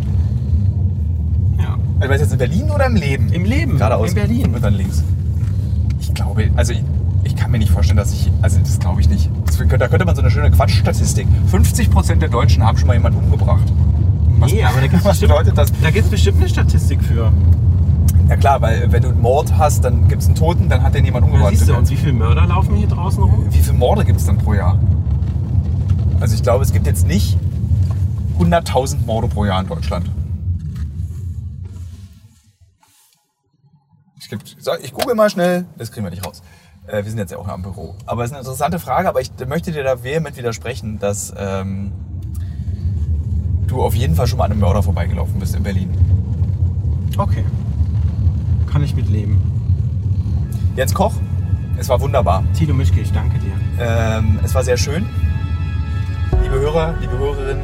Speaker 2: Ja.
Speaker 1: Also, weißt du jetzt in Berlin oder im Leben?
Speaker 2: Im Leben,
Speaker 1: Geradeaus.
Speaker 2: in Berlin.
Speaker 1: Und dann links. Ich glaube, also ich, ich kann mir nicht vorstellen, dass ich, also das glaube ich nicht. Das, da könnte man so eine schöne Quatschstatistik. 50% der Deutschen haben schon mal jemanden umgebracht.
Speaker 2: Nee, aber da gibt es
Speaker 1: was
Speaker 2: bestimmt,
Speaker 1: bedeutet das?
Speaker 2: da gibt's bestimmt eine Statistik für.
Speaker 1: Ja klar, weil wenn du einen Mord hast, dann gibt es einen Toten, dann hat den jemand
Speaker 2: Da
Speaker 1: umgebracht.
Speaker 2: siehst du, und wie viele Mörder laufen hier draußen rum?
Speaker 1: Wie viele Morde gibt es dann pro Jahr? Also ich glaube, es gibt jetzt nicht 100.000 Morde pro Jahr in Deutschland. Es gibt, so, ich google mal schnell, das kriegen wir nicht raus. Äh, wir sind jetzt ja auch am Büro. Aber es ist eine interessante Frage, aber ich möchte dir da vehement widersprechen, dass ähm, du auf jeden Fall schon mal an einem Mörder vorbeigelaufen bist in Berlin.
Speaker 2: Okay. Kann ich mitleben.
Speaker 1: Jens Koch, es war wunderbar.
Speaker 2: Tilo Mischke, ich danke dir.
Speaker 1: Ähm, es war sehr schön. Liebe Hörer, liebe Hörerinnen,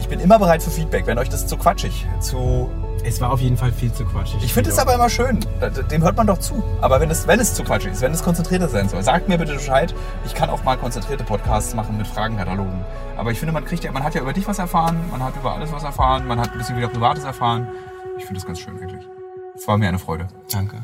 Speaker 1: ich bin immer bereit für Feedback, wenn euch das zu quatschig, zu...
Speaker 2: Es war auf jeden Fall viel zu quatschig.
Speaker 1: Ich finde es
Speaker 2: Tilo.
Speaker 1: aber immer schön, Da- dem hört man doch zu. Aber wenn es, wenn es zu quatschig ist, wenn es konzentrierter sein soll, sagt mir bitte Bescheid. Ich kann auch mal konzentrierte Podcasts machen mit Fragenkatalogen. Aber ich finde, man kriegt ja, man hat ja über dich was erfahren, man hat über alles was erfahren, man hat ein bisschen wieder Privates erfahren. Ich finde das ganz schön, wirklich. Es war mir eine Freude.
Speaker 2: Danke.